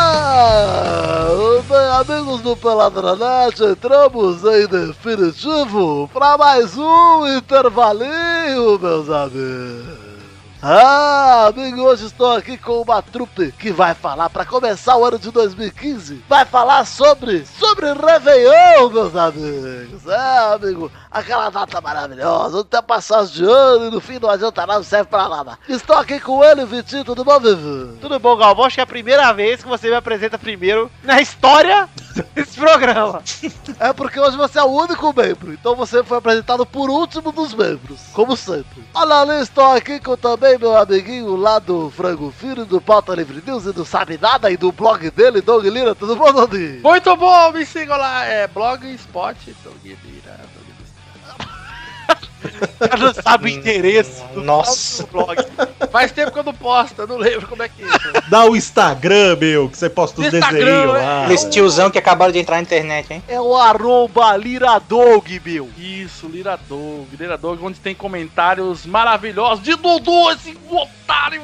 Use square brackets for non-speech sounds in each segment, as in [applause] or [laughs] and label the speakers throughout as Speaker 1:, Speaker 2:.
Speaker 1: Ah! Bem, amigos do Peladranet, entramos em definitivo para mais um intervalinho, meus amigos. Ah, amigo, hoje estou aqui com uma trupe que vai falar, para começar o ano de 2015, vai falar sobre, sobre Réveillon, meus amigos. É, amigo, aquela data maravilhosa, onde tem a passagem de ano e no fim não adianta nada, não serve pra nada. Estou aqui com ele, Vitinho, tudo bom, Vivi?
Speaker 2: Tudo bom, Galvão? Acho que é a primeira vez que você me apresenta primeiro na história desse programa.
Speaker 1: É porque hoje você é o único membro, então você foi apresentado por último dos membros, como sempre. Olha ali, estou aqui com também meu amiguinho lá do Frango Filho, do Pauta Livre News e do Sabe Nada e do blog dele, Doug Lira, tudo bom, Doug?
Speaker 3: Muito bom, me sigam lá, é blogspot, Doug Lira, Doug
Speaker 2: [laughs] O cara não sabe o endereço
Speaker 4: Hum,
Speaker 2: do
Speaker 5: Nossa.
Speaker 2: blog.
Speaker 3: Lira. Faz tempo que eu não posto, eu não lembro como é que é. isso.
Speaker 4: Dá o Instagram, meu, que você posta os
Speaker 3: Instagram,
Speaker 4: desenhos
Speaker 5: né?
Speaker 3: é.
Speaker 4: lá.
Speaker 5: Eles tiozão que acabaram de entrar na internet, hein?
Speaker 2: É o arroba Lira Dog, meu.
Speaker 3: Isso, Lira Dog, Lira Dog, onde tem comentários maravilhosos de Dudu, esse
Speaker 2: [laughs]
Speaker 3: otário.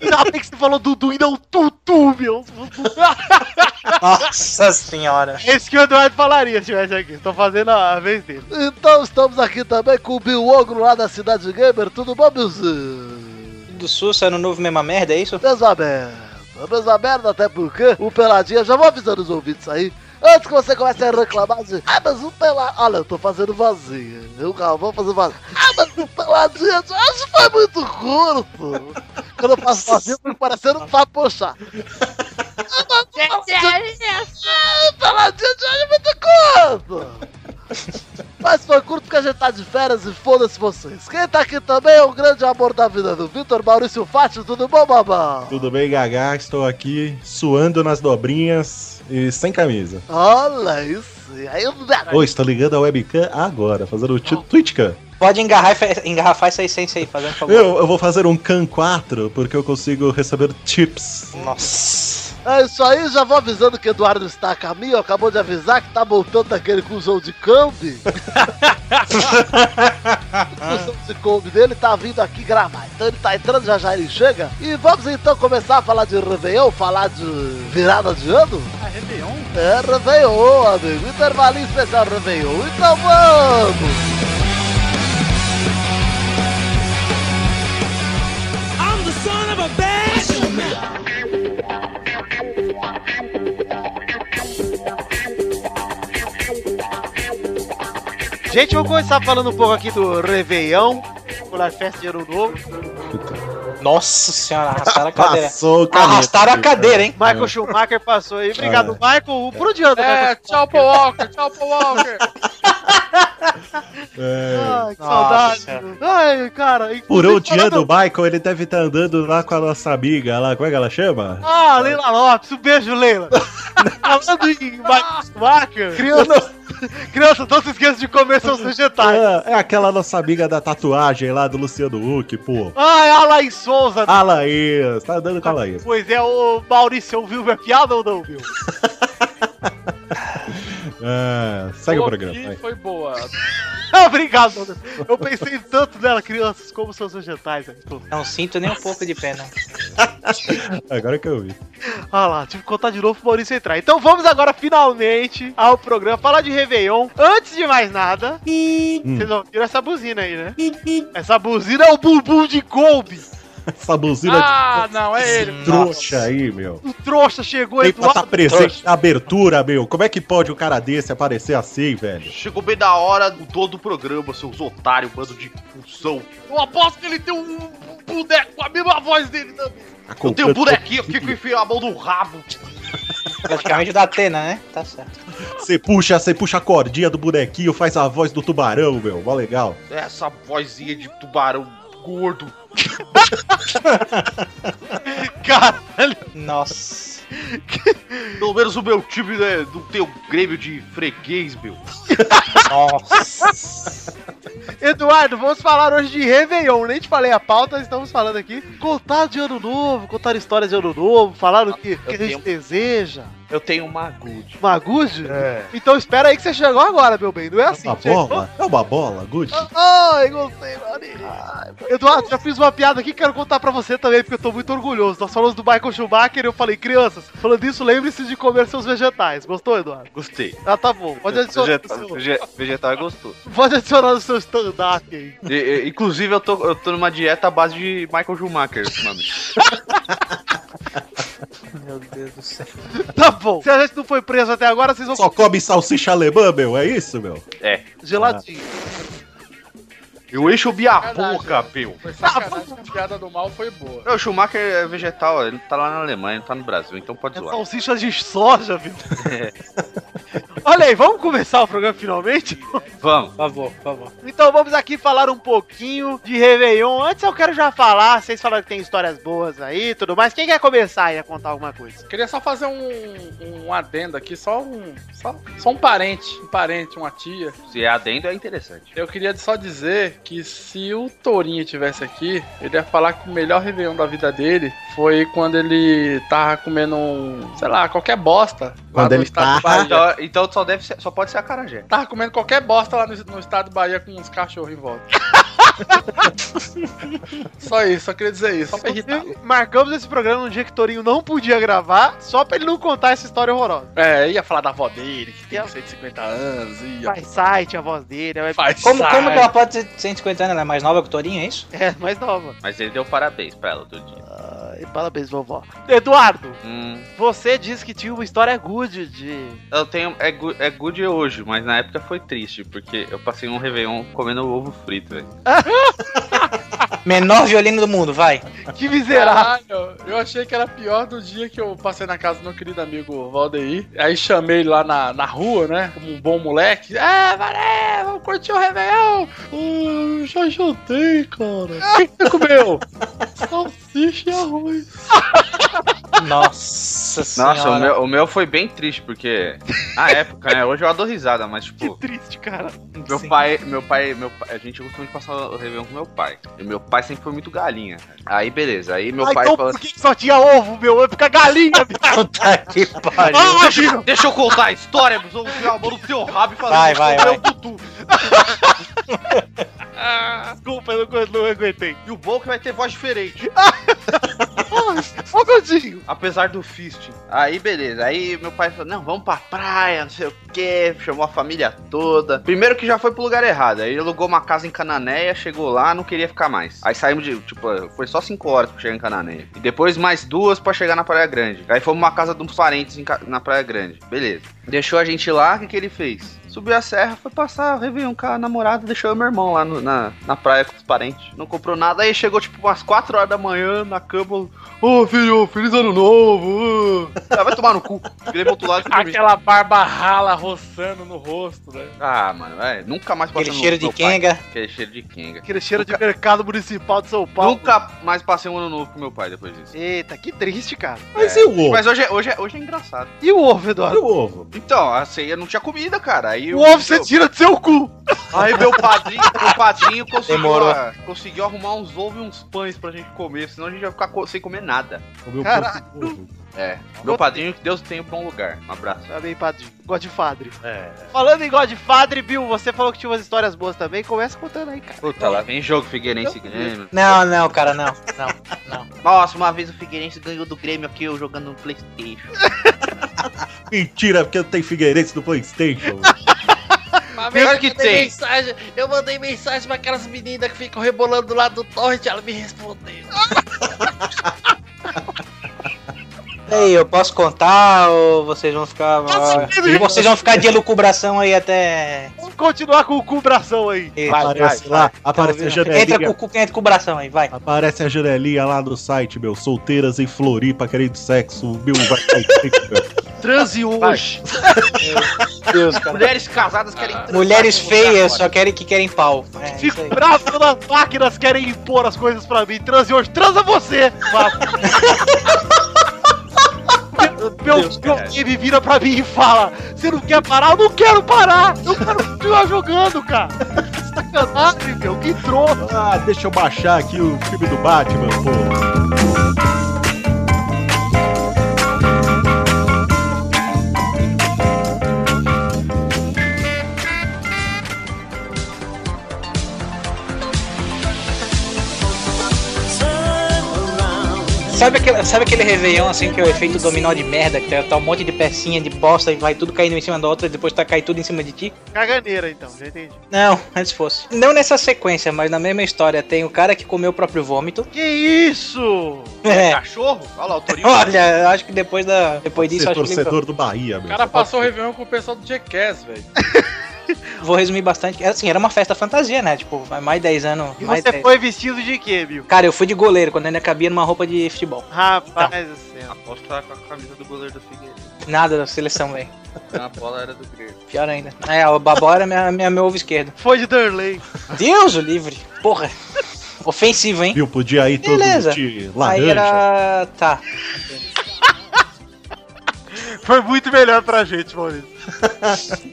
Speaker 2: Ainda bem que você falou Dudu e não Tutu, meu.
Speaker 5: [laughs] Nossa senhora.
Speaker 2: É isso que o Eduardo falaria se estivesse aqui. Estou fazendo a a vez dele.
Speaker 1: Então estamos aqui também com o Bill Ogro lá da Cidade Gamer, tudo bom, Billzinho?
Speaker 5: Do SUS, ano novo, mesma merda, é isso?
Speaker 1: Mesma merda. Mesma merda, até porque o Peladinha, já vou avisando os ouvintes aí, antes que você comece a reclamar de, ah, mas o Peladinha, olha, eu tô fazendo vazia, eu vou fazer vazia, ah, mas o Peladinha de hoje foi muito curto. Quando eu faço vazia, eu fico parecendo um papo poxa. Ah, mas o Peladinha- ah, o Peladinha de hoje é muito curto. Mas foi curto porque a gente tá de férias e foda-se vocês. Quem tá aqui também é o grande amor da vida do Vitor Maurício Fátio, tudo bom, babão?
Speaker 4: Tudo bem, Gagá? Estou aqui suando nas dobrinhas e sem camisa.
Speaker 1: Olha isso. Aí eu
Speaker 4: Oi, estou ligando a webcam agora, fazendo o tio Twitchcam.
Speaker 5: Pode engarrar, e fe- engarrafar essa essência aí, fazendo favor.
Speaker 4: Eu, eu vou fazer um CAN 4 porque eu consigo receber tips.
Speaker 5: Nossa.
Speaker 1: É isso aí, já vou avisando que Eduardo está a caminho. Acabou de avisar que tá montando aquele cuzão de Kombi.
Speaker 4: [laughs]
Speaker 1: o cuzão de Kombi dele tá vindo aqui gravar. Então ele tá entrando, já já ele chega. E vamos então começar a falar de Réveillon, falar de virada de ano?
Speaker 3: Ah, Réveillon?
Speaker 1: É Réveillon, amigo. Intervalinho especial Réveillon. Então vamos!
Speaker 2: Gente, vou começar falando um pouco aqui do Réveillon. Popular Festa de Ano Novo.
Speaker 5: Nossa Tá senhora, arrastaram a cadeira.
Speaker 4: Passou o caneta.
Speaker 5: Arrastaram a cadeira, hein?
Speaker 4: É.
Speaker 2: Michael Schumacher passou aí. Obrigado, Michael. Por onde anda,
Speaker 3: É,
Speaker 2: Michael?
Speaker 3: tchau, Paul Walker, tchau, Paul Walker.
Speaker 4: É.
Speaker 2: Ai, [laughs] que
Speaker 5: Nossa
Speaker 2: saudade. Ai, cara. e-
Speaker 4: Por
Speaker 2: e
Speaker 4: onde
Speaker 2: falando-
Speaker 4: anda o Michael? Ele deve estar andando lá com a nossa amiga lá. Como é que ela chama?
Speaker 2: Ah, Leila Lopes, um beijo, Leila. Falando em Michael Schumacher,
Speaker 4: Eu não-
Speaker 2: criança, não se esqueça de comer seus
Speaker 4: [laughs]
Speaker 2: vegetais.
Speaker 4: Ah, É aquela nossa amiga da tatuagem lá do Luciano Huck, pô.
Speaker 2: Ah, é a Laís Souza.
Speaker 4: A Laís, tá andando com a Laís.
Speaker 2: Pois é, o Maurício ouviu minha piada ou não, viu?
Speaker 4: Ah, segue o
Speaker 3: Boa
Speaker 4: programa.
Speaker 3: aqui,
Speaker 4: vai.
Speaker 3: Foi boa.
Speaker 2: [laughs] Obrigado, Douglas. Eu pensei tanto nela, crianças, como seus vegetais. aí, pô.
Speaker 5: Não sinto nem um pouco de pena.
Speaker 4: É, Agora que eu vi.
Speaker 2: Ah lá, tive que contar de novo pro Maurício entrar. Então vamos agora, finalmente, ao programa, falar de Réveillon. Antes de mais nada, vocês ouviram essa buzina aí, né? Essa buzina é o bumbum de Colby.
Speaker 4: [laughs] Essa buzina
Speaker 3: Ah, não, é ele.
Speaker 4: de trouxa aí, meu.
Speaker 2: O trouxa chegou
Speaker 4: Tem
Speaker 2: aí
Speaker 4: pra estar presente
Speaker 5: trouxa.
Speaker 4: na abertura, meu. Como é que pode um cara desse aparecer assim, velho?
Speaker 6: Chegou bem da hora do todo o programa, seus otários, bando de função.
Speaker 5: tá.
Speaker 3: Eu aposto que ele tem um um boneco com a mesma voz dele também.
Speaker 6: Eu tenho um bonequinho aqui que enfia a mão no rabo.
Speaker 5: Praticamente o da Atena, né? Tá certo.
Speaker 4: Você puxa, você puxa a cordinha do bonequinho, faz a voz do tubarão, meu. Mó legal.
Speaker 6: é Essa vozinha de tubarão gordo.
Speaker 2: Cara,
Speaker 5: Nossa.
Speaker 6: Pelo menos o meu time né, não tem um grêmio de freguês, meu.
Speaker 5: Nossa.
Speaker 2: Eduardo, vamos falar hoje de Réveillon. Nem te falei a pauta, estamos falando aqui. Contar de ano novo, contar histórias de ano novo, falar o que, que a gente
Speaker 5: tenho- um-
Speaker 2: deseja.
Speaker 5: Eu tenho uma agude.
Speaker 2: Magude? Então espera aí que você chegou agora, meu bem. Não é assim,
Speaker 4: uma
Speaker 2: gente.
Speaker 4: bola? [laughs] É uma bola, Gucci?
Speaker 2: Ah. Ai, gostei, Mari. Eduardo, já fiz uma piada aqui que quero contar pra você também, porque eu tô muito orgulhoso. Nós falamos do Michael Schumacher e eu falei, crianças, falando isso, lembre-se de comer seus vegetais. Gostou, Eduardo?
Speaker 6: Gostei.
Speaker 2: Ah, tá bom. Pode adicionar, no
Speaker 6: Vegetal,
Speaker 2: seu,
Speaker 6: vege- vegetal é gostoso.
Speaker 2: pode adicionar no seu stand-up aí.
Speaker 6: E- e- inclusive, eu tô, eu tô numa dieta à base de Michael Schumacher, mano.
Speaker 5: Meu Deus do céu.
Speaker 2: Tá bom. Se a gente não foi preso até agora, vocês vão
Speaker 4: Só come salsicha alemã, meu? É isso, meu?
Speaker 2: geladinho.
Speaker 6: Eu encho o biapuca, meu.
Speaker 3: né? Foi sacanagem, a piada do mal foi boa.
Speaker 6: Não, o Schumacher é vegetal, ele tá lá na Alemanha, não tá no Brasil, então pode
Speaker 2: É
Speaker 6: zoar.
Speaker 2: salsicha de soja, viu? Olha aí, vamos começar o programa finalmente?
Speaker 3: um-
Speaker 6: Vamos.
Speaker 5: Por favor, por favor.
Speaker 2: Então vamos aqui falar um pouquinho de Réveillon. Antes eu quero já falar, vocês falaram que tem histórias boas aí e tudo mais. Quem quer começar aí a contar alguma coisa?
Speaker 3: Queria só fazer um, um adendo aqui, só um, só, só um parente, um parente, uma tia.
Speaker 6: Se é adendo, é interessante.
Speaker 3: Eu queria só dizer que se o Tourinho tivesse aqui, ele ia falar que o melhor Réveillon da vida dele foi quando ele tava comendo um, sei lá, qualquer bosta. lá
Speaker 4: Quando
Speaker 3: no
Speaker 4: ele
Speaker 3: estado
Speaker 4: tava-
Speaker 3: do Bahia.
Speaker 6: Então, então só, deve ser- só pode ser a Carajé.
Speaker 3: Tava comendo qualquer bosta lá no, no estado do Bahia com uns cachorros em volta. só isso, só queria dizer isso. Só pra irritar.
Speaker 2: Inclusive, Marcamos esse programa num dia que Torinho não podia gravar, só pra ele não contar essa história horrorosa.
Speaker 3: É, ia falar da avó dele, que tem 150 anos, ia.
Speaker 2: Faz site, a voz dele, é-
Speaker 3: Faz
Speaker 5: Como,
Speaker 3: sai.
Speaker 5: como que ela pode ter 150 anos? Ela é mais nova que o Torinho, é isso?
Speaker 2: é mais nova.
Speaker 6: Mas ele deu parabéns pra ela todo dia.
Speaker 2: Ah, e parabéns, vovó. Eduardo,
Speaker 6: Hum,
Speaker 2: você disse que tinha uma história good de.
Speaker 6: eu tenho. É, gu- é good hoje, mas na época foi triste, porque eu passei um Réveillon comendo ovo frito, velho.
Speaker 5: Menor violino do mundo, vai.
Speaker 2: Que miserável.
Speaker 3: Caralho, eu achei que era pior do dia que eu passei na casa do meu querido amigo Valdeir. Aí chamei ele lá na, na rua, né? Como um bom moleque. É, Valé, vamos curtir o Réveillon. Ah, já jantei, cara. O que você comeu? [laughs] Salsicha e arroz.
Speaker 5: Nossa senhora.
Speaker 6: Nossa, o meu, o meu foi bem triste, porque
Speaker 5: [laughs]
Speaker 6: na época, né? Hoje eu adoro risada, mas tipo.
Speaker 2: Que triste, cara.
Speaker 6: Meu
Speaker 5: Sim.
Speaker 6: pai, meu pai, meu pai, a gente gosta muito de passar o Réveillon com meu pai. E meu pai sempre foi muito galinha. Aí beleza, aí meu
Speaker 2: Ah,
Speaker 6: pai
Speaker 2: então
Speaker 6: falou assim,
Speaker 2: por que que só tinha ovo, meu? Vai ficar galinha, bicho.
Speaker 5: Puta que pariu.
Speaker 2: Ah,
Speaker 6: Deixa, deixa eu contar a história, eu vou enfiar a mão no seu rabo e fazer
Speaker 5: Vai, vai,
Speaker 6: "Meu
Speaker 5: vai."
Speaker 6: tutu."
Speaker 2: Desculpa, eu não, não aguentei.
Speaker 6: E o bom é que vai ter voz diferente,
Speaker 2: Ô, Godinho.
Speaker 6: apesar do fisting. Aí beleza, aí meu pai falou, não, vamos pra praia, não sei o que, chamou a família toda. Primeiro que já foi pro lugar errado, aí ele alugou uma casa em Cananéia, chegou lá, não queria ficar mais. Aí saímos de, tipo, foi só cinco horas pra chegar em Cananéia. E depois mais duas pra chegar na Praia Grande. Aí fomos uma casa de uns parentes em Ca- na Praia Grande, beleza. Deixou a gente lá, o que, que ele fez? Subiu a serra, foi passar o Réveillon com a namorada, deixou eu e meu irmão lá no- na, na praia com os parentes. Não comprou nada, aí chegou tipo umas 4 horas da manhã na cama. Ô filho, feliz ano novo! [laughs] ah." Ah, vai tomar no cu. Virei pro outro lado e fui dormir.
Speaker 3: Aquela barba rala roçando no rosto, né?
Speaker 6: Ah, mano, vai. Nunca mais
Speaker 5: Aquele
Speaker 6: no-
Speaker 5: cheiro de
Speaker 6: meu pai.
Speaker 5: quenga.
Speaker 6: Aquele cheiro de Kenga.
Speaker 2: Aquele cheiro de mercado municipal de São Paulo.
Speaker 6: Nunca mais passei um ano novo com meu pai depois disso.
Speaker 2: Eita, que triste, cara.
Speaker 4: Mas e o ovo?
Speaker 6: Mas hoje é, hoje, é, hoje é engraçado.
Speaker 2: E o ovo,
Speaker 4: E
Speaker 2: Eduardo?
Speaker 4: o ovo?
Speaker 6: Então, a ceia não tinha comida, cara. Aí
Speaker 2: O
Speaker 6: eu-
Speaker 2: ovo você tira do seu cu.
Speaker 6: Aí meu padrinho, meu [laughs] padrinho conseguiu,
Speaker 5: Demorou.
Speaker 6: ah, conseguiu arrumar uns ovos e uns pães pra gente comer, senão a gente ia ficar co- sem comer nada.
Speaker 4: Comeu um
Speaker 2: Caralho.
Speaker 4: pouco ovo.
Speaker 6: É. Meu padrinho, que Deus tenha um bom lugar. Um abraço.
Speaker 2: Tá bem, padrinho. Godfather.
Speaker 6: É.
Speaker 2: Falando em Godfather, Bill, você falou que tinha umas histórias boas também. Começa contando aí, cara.
Speaker 6: Puta, lá vem jogo Figueirense e Grêmio.
Speaker 5: Não, não, cara, não. Não.
Speaker 6: Nossa, uma vez o Figueirense ganhou do Grêmio aqui, eu jogando no Playstation.
Speaker 4: Mentira, porque não tem Figueirense no Playstation.
Speaker 6: Pior que tem.
Speaker 3: Mensagem, eu mandei mensagem pra aquelas meninas que ficam rebolando do lado do torrent, ela me respondeu.
Speaker 5: Ei, eu posso contar ou vocês vão ficar.
Speaker 2: Nossa,
Speaker 5: E vocês vão ficar de elucubração aí até.
Speaker 2: Vamos continuar com o cubração aí.
Speaker 4: aparece lá, aparece a
Speaker 5: Entra
Speaker 4: janelinha.
Speaker 5: é com, com, entra com o bração aí, vai.
Speaker 4: Aparece a janelinha lá no site, meu. Solteiras em Floripa querendo sexo. O Bill vai cair. meu.
Speaker 6: Transe hoje.
Speaker 5: Deus, cara.
Speaker 6: Mulheres casadas querem transar
Speaker 5: Mulheres
Speaker 6: com você
Speaker 5: feias
Speaker 6: agora.
Speaker 5: só querem que querem pau. É, isso
Speaker 2: Fico
Speaker 5: aí.
Speaker 2: bravo quando as máquinas querem impor as coisas pra mim. Transe hoje, transa você! Fala. meu
Speaker 5: Deus,
Speaker 2: meu game vira pra mim e fala: Você não quer parar? Eu não quero parar! Eu quero continuar jogando, cara! sacanagem, meu. Que troço.
Speaker 4: Ah, deixa eu baixar aqui o filme do Batman, pô.
Speaker 5: Sabe aquele, sabe aquele Réveillon assim que é o efeito dominó de merda, que tá, tá um monte de pecinha de bosta e vai tudo caindo em cima da outra e depois tá caindo tudo em cima de ti?
Speaker 2: Caganeira, então. Já entendi.
Speaker 5: Não, antes fosse. Não nessa sequência, mas na mesma história tem o cara que comeu o próprio vômito.
Speaker 2: Que isso?
Speaker 5: É.
Speaker 6: Cachorro? [laughs] Olha lá, o
Speaker 5: [laughs]
Speaker 6: Torinho.
Speaker 5: Olha, eu acho que depois da. Depois disso,
Speaker 4: Ser
Speaker 5: acho que ele-
Speaker 4: torcedor do Bahia,
Speaker 3: O
Speaker 4: meu.
Speaker 3: cara passou o Réveillon com o pessoal do Jackass, velho.
Speaker 5: vou resumir bastante. Assim, era uma festa fantasia, né? Tipo, há mais de 10 anos.
Speaker 2: E
Speaker 5: mais
Speaker 2: você
Speaker 5: 10.
Speaker 2: foi vestido de quê, Bill?
Speaker 5: Cara, eu fui de goleiro quando ainda cabia numa roupa de futebol.
Speaker 2: Rapaz do céu.
Speaker 6: Aposto que tá com a camisa do goleiro do Figueiredo.
Speaker 5: Nada da seleção, velho.
Speaker 6: A bola era do Grêmio.
Speaker 5: Pior ainda. É, o Babó era minha, minha, meu ovo esquerdo.
Speaker 2: Foi de Durley.
Speaker 5: Deus o livre. Porra. Ofensivo, hein?
Speaker 4: Viu? Podia ir todo
Speaker 5: Beleza.
Speaker 4: de
Speaker 5: Aí
Speaker 4: laranja.
Speaker 5: era. Tá.
Speaker 2: Foi muito melhor pra gente, Maurício.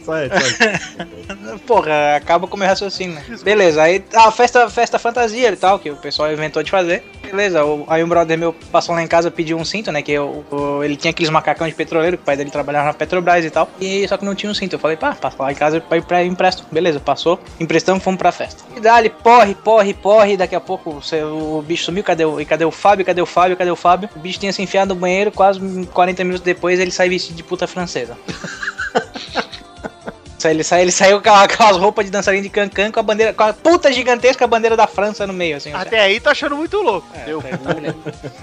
Speaker 4: Sai, sai.
Speaker 5: Porra, acaba com o meu raciocínio, né? Beleza, aí a festa, festa fantasia e tal, que o pessoal inventou de fazer. Beleza, o- aí um brother meu passou lá em casa, pediu um cinto, né? Que eu- o- ele tinha aqueles macacão de petroleiro, que o pai dele trabalhava na Petrobras e tal. E só que não tinha um cinto. Eu falei, pá, passa lá em casa pra ir pra empresto. Beleza, passou, emprestamos, fomos pra festa. E dali, porre, porre, porre. Daqui a pouco você- o bicho sumiu, cadê o, e cadê o Fábio, cadê o Fábio, cadê o Fábio? O bicho tinha se enfiado no banheiro, quase 40 minutos depois ele sai vestido de puta francesa. Isso aí, Ele, sai, ele saiu com, a- com as roupas de dançarino de cancan com a bandeira, com a puta gigantesca bandeira da França no meio, assim.
Speaker 2: Até aí tá achando muito louco.
Speaker 6: Deu cu,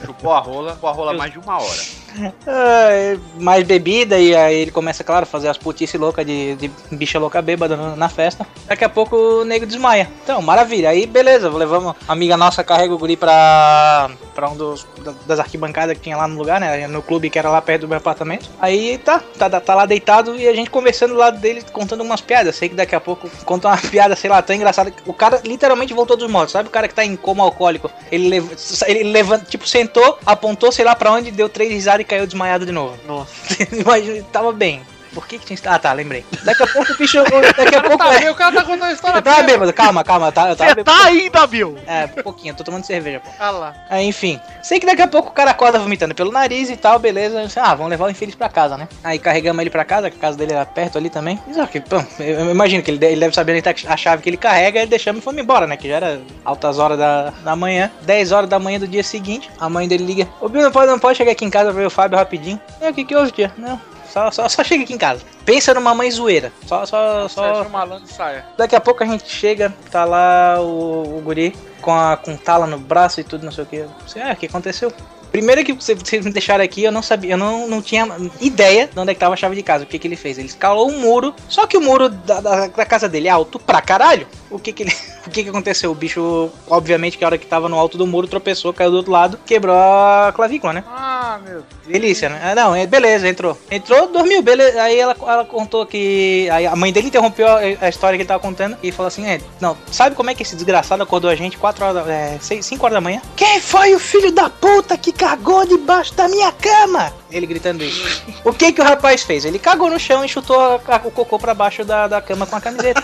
Speaker 6: chupou a rola, chupou a rola mais de uma [laughs] hora.
Speaker 5: Ah, mais bebida, e aí ele começa, claro, a fazer as putices loucas de, de bicha louca bêbada na, na festa. Daqui a pouco o nego desmaia. Então, maravilha. Aí, beleza, levamos. A amiga nossa carrega o guri pra, pra um dos da- das arquibancadas que tinha lá no lugar, né? No clube que era lá perto do meu apartamento. Aí tá, tá, tá lá deitado e a gente conversando do lado dele, contando umas piadas. Sei que daqui a pouco conta uma [laughs] piada, sei lá, tão engraçada. que O cara literalmente voltou dos mortos. Sabe o cara que tá em coma alcoólico? Ele, lev... ele levanta, tipo, sentou, apontou, sei lá pra onde, deu três risadas e caiu desmaiado de novo.
Speaker 2: Nossa.
Speaker 5: [laughs] Imagina, tava bem. Por que que tinha... Ah, tá, lembrei. Daqui a pouco o
Speaker 3: [laughs]
Speaker 5: bicho... Daqui a pouco...
Speaker 3: Tá,
Speaker 5: é...
Speaker 3: aí o cara tá contando a história
Speaker 5: Eu tava
Speaker 3: dele.
Speaker 5: bêbado, calma, calma, tá, eu tava
Speaker 2: Você
Speaker 5: bêbado.
Speaker 2: tá ainda, Bill?
Speaker 5: É, um pouquinho, eu tô tomando cerveja, pô.
Speaker 2: Ah lá.
Speaker 5: Aí, É, enfim. Sei que daqui a pouco o cara acorda vomitando pelo nariz e tal, beleza. Eu disse, Ah, vamos levar o infeliz pra casa, né? Aí carregamos ele pra casa, que a casa dele era perto ali também. E só que, pô, eu eu imagino que ele de- ele deve saber onde tá a chave que ele carrega, ele deixamos e fomos embora, né? Que já era altas horas da, da manhã. 10 horas da manhã do dia seguinte, a mãe dele liga. Ô, Bill, não pode, não pode chegar aqui em casa pra ver o Fábio rapidinho. É, o que que houve, tia? Não, só, só, só chega aqui em casa. Pensa numa mãe zoeira. Só, só, só...
Speaker 3: Sérgio Malandro e saia.
Speaker 5: Daqui a pouco a gente chega, tá lá o, o guri com a com tala no braço e tudo, não sei o que. Você, ah, o que aconteceu? Primeiro que vocês vocês me deixaram aqui, eu não sabia, eu não, não tinha ideia de onde é que tava a chave de casa. O que que ele fez? Ele escalou um muro, só que o muro da, da, da casa dele é alto pra caralho. O que que ele, [laughs] o que que aconteceu? O bicho, obviamente, que a hora que tava no alto do muro, tropeçou, caiu do outro lado, quebrou a clavícula, né?
Speaker 3: Ah, meu Deus.
Speaker 5: Delícia, né? Ah, não, é, beleza, entrou. Entrou, dormiu, beleza. Aí ela, ela contou que. Aí a mãe dele interrompeu a, a história que ele tava contando e falou assim: é, não, sabe como é que esse desgraçado acordou a gente 4 horas da. É, 5 horas da manhã? Quem foi o filho da puta que cagou debaixo da minha cama? Ele gritando isso. O que que o rapaz fez? Ele cagou no chão e chutou a- a- o cocô pra baixo da, da cama com a camiseta.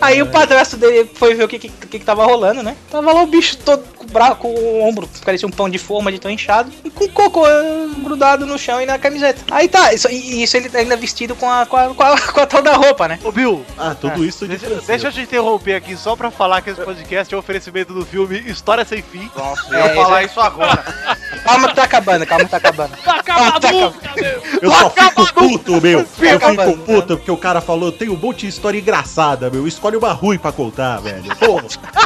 Speaker 5: Aí o padrasto dele foi ver o que, que, que que tava rolando, né? Tava lá o bicho todo com o, bra... com o ombro, parecia um pão de forma de tão inchado, e com cocô eh, grudado no chão e na camiseta. Aí tá, isso, e isso ele tá ainda vestido com a, com a, com a, [laughs] com a tal da roupa, né?
Speaker 2: Ô, Bill,
Speaker 4: Ah, tudo isso de
Speaker 2: deixa,
Speaker 4: francês.
Speaker 2: deixa eu te interromper aqui só pra falar que esse podcast é um oferecimento do filme História Sem Fim.
Speaker 6: Nossa,
Speaker 5: É,
Speaker 6: eu ia falar isso agora.
Speaker 5: Calma que tá acabando, calma que tá acabando.
Speaker 3: Acaba
Speaker 5: Ah, tá,
Speaker 3: a música, meu.
Speaker 4: Eu só fico puto, meu. Eu
Speaker 5: Acabando.
Speaker 4: fico puto porque o cara falou, tem um monte de história engraçada, meu. Escolhe uma ruim pra contar, velho. Pô,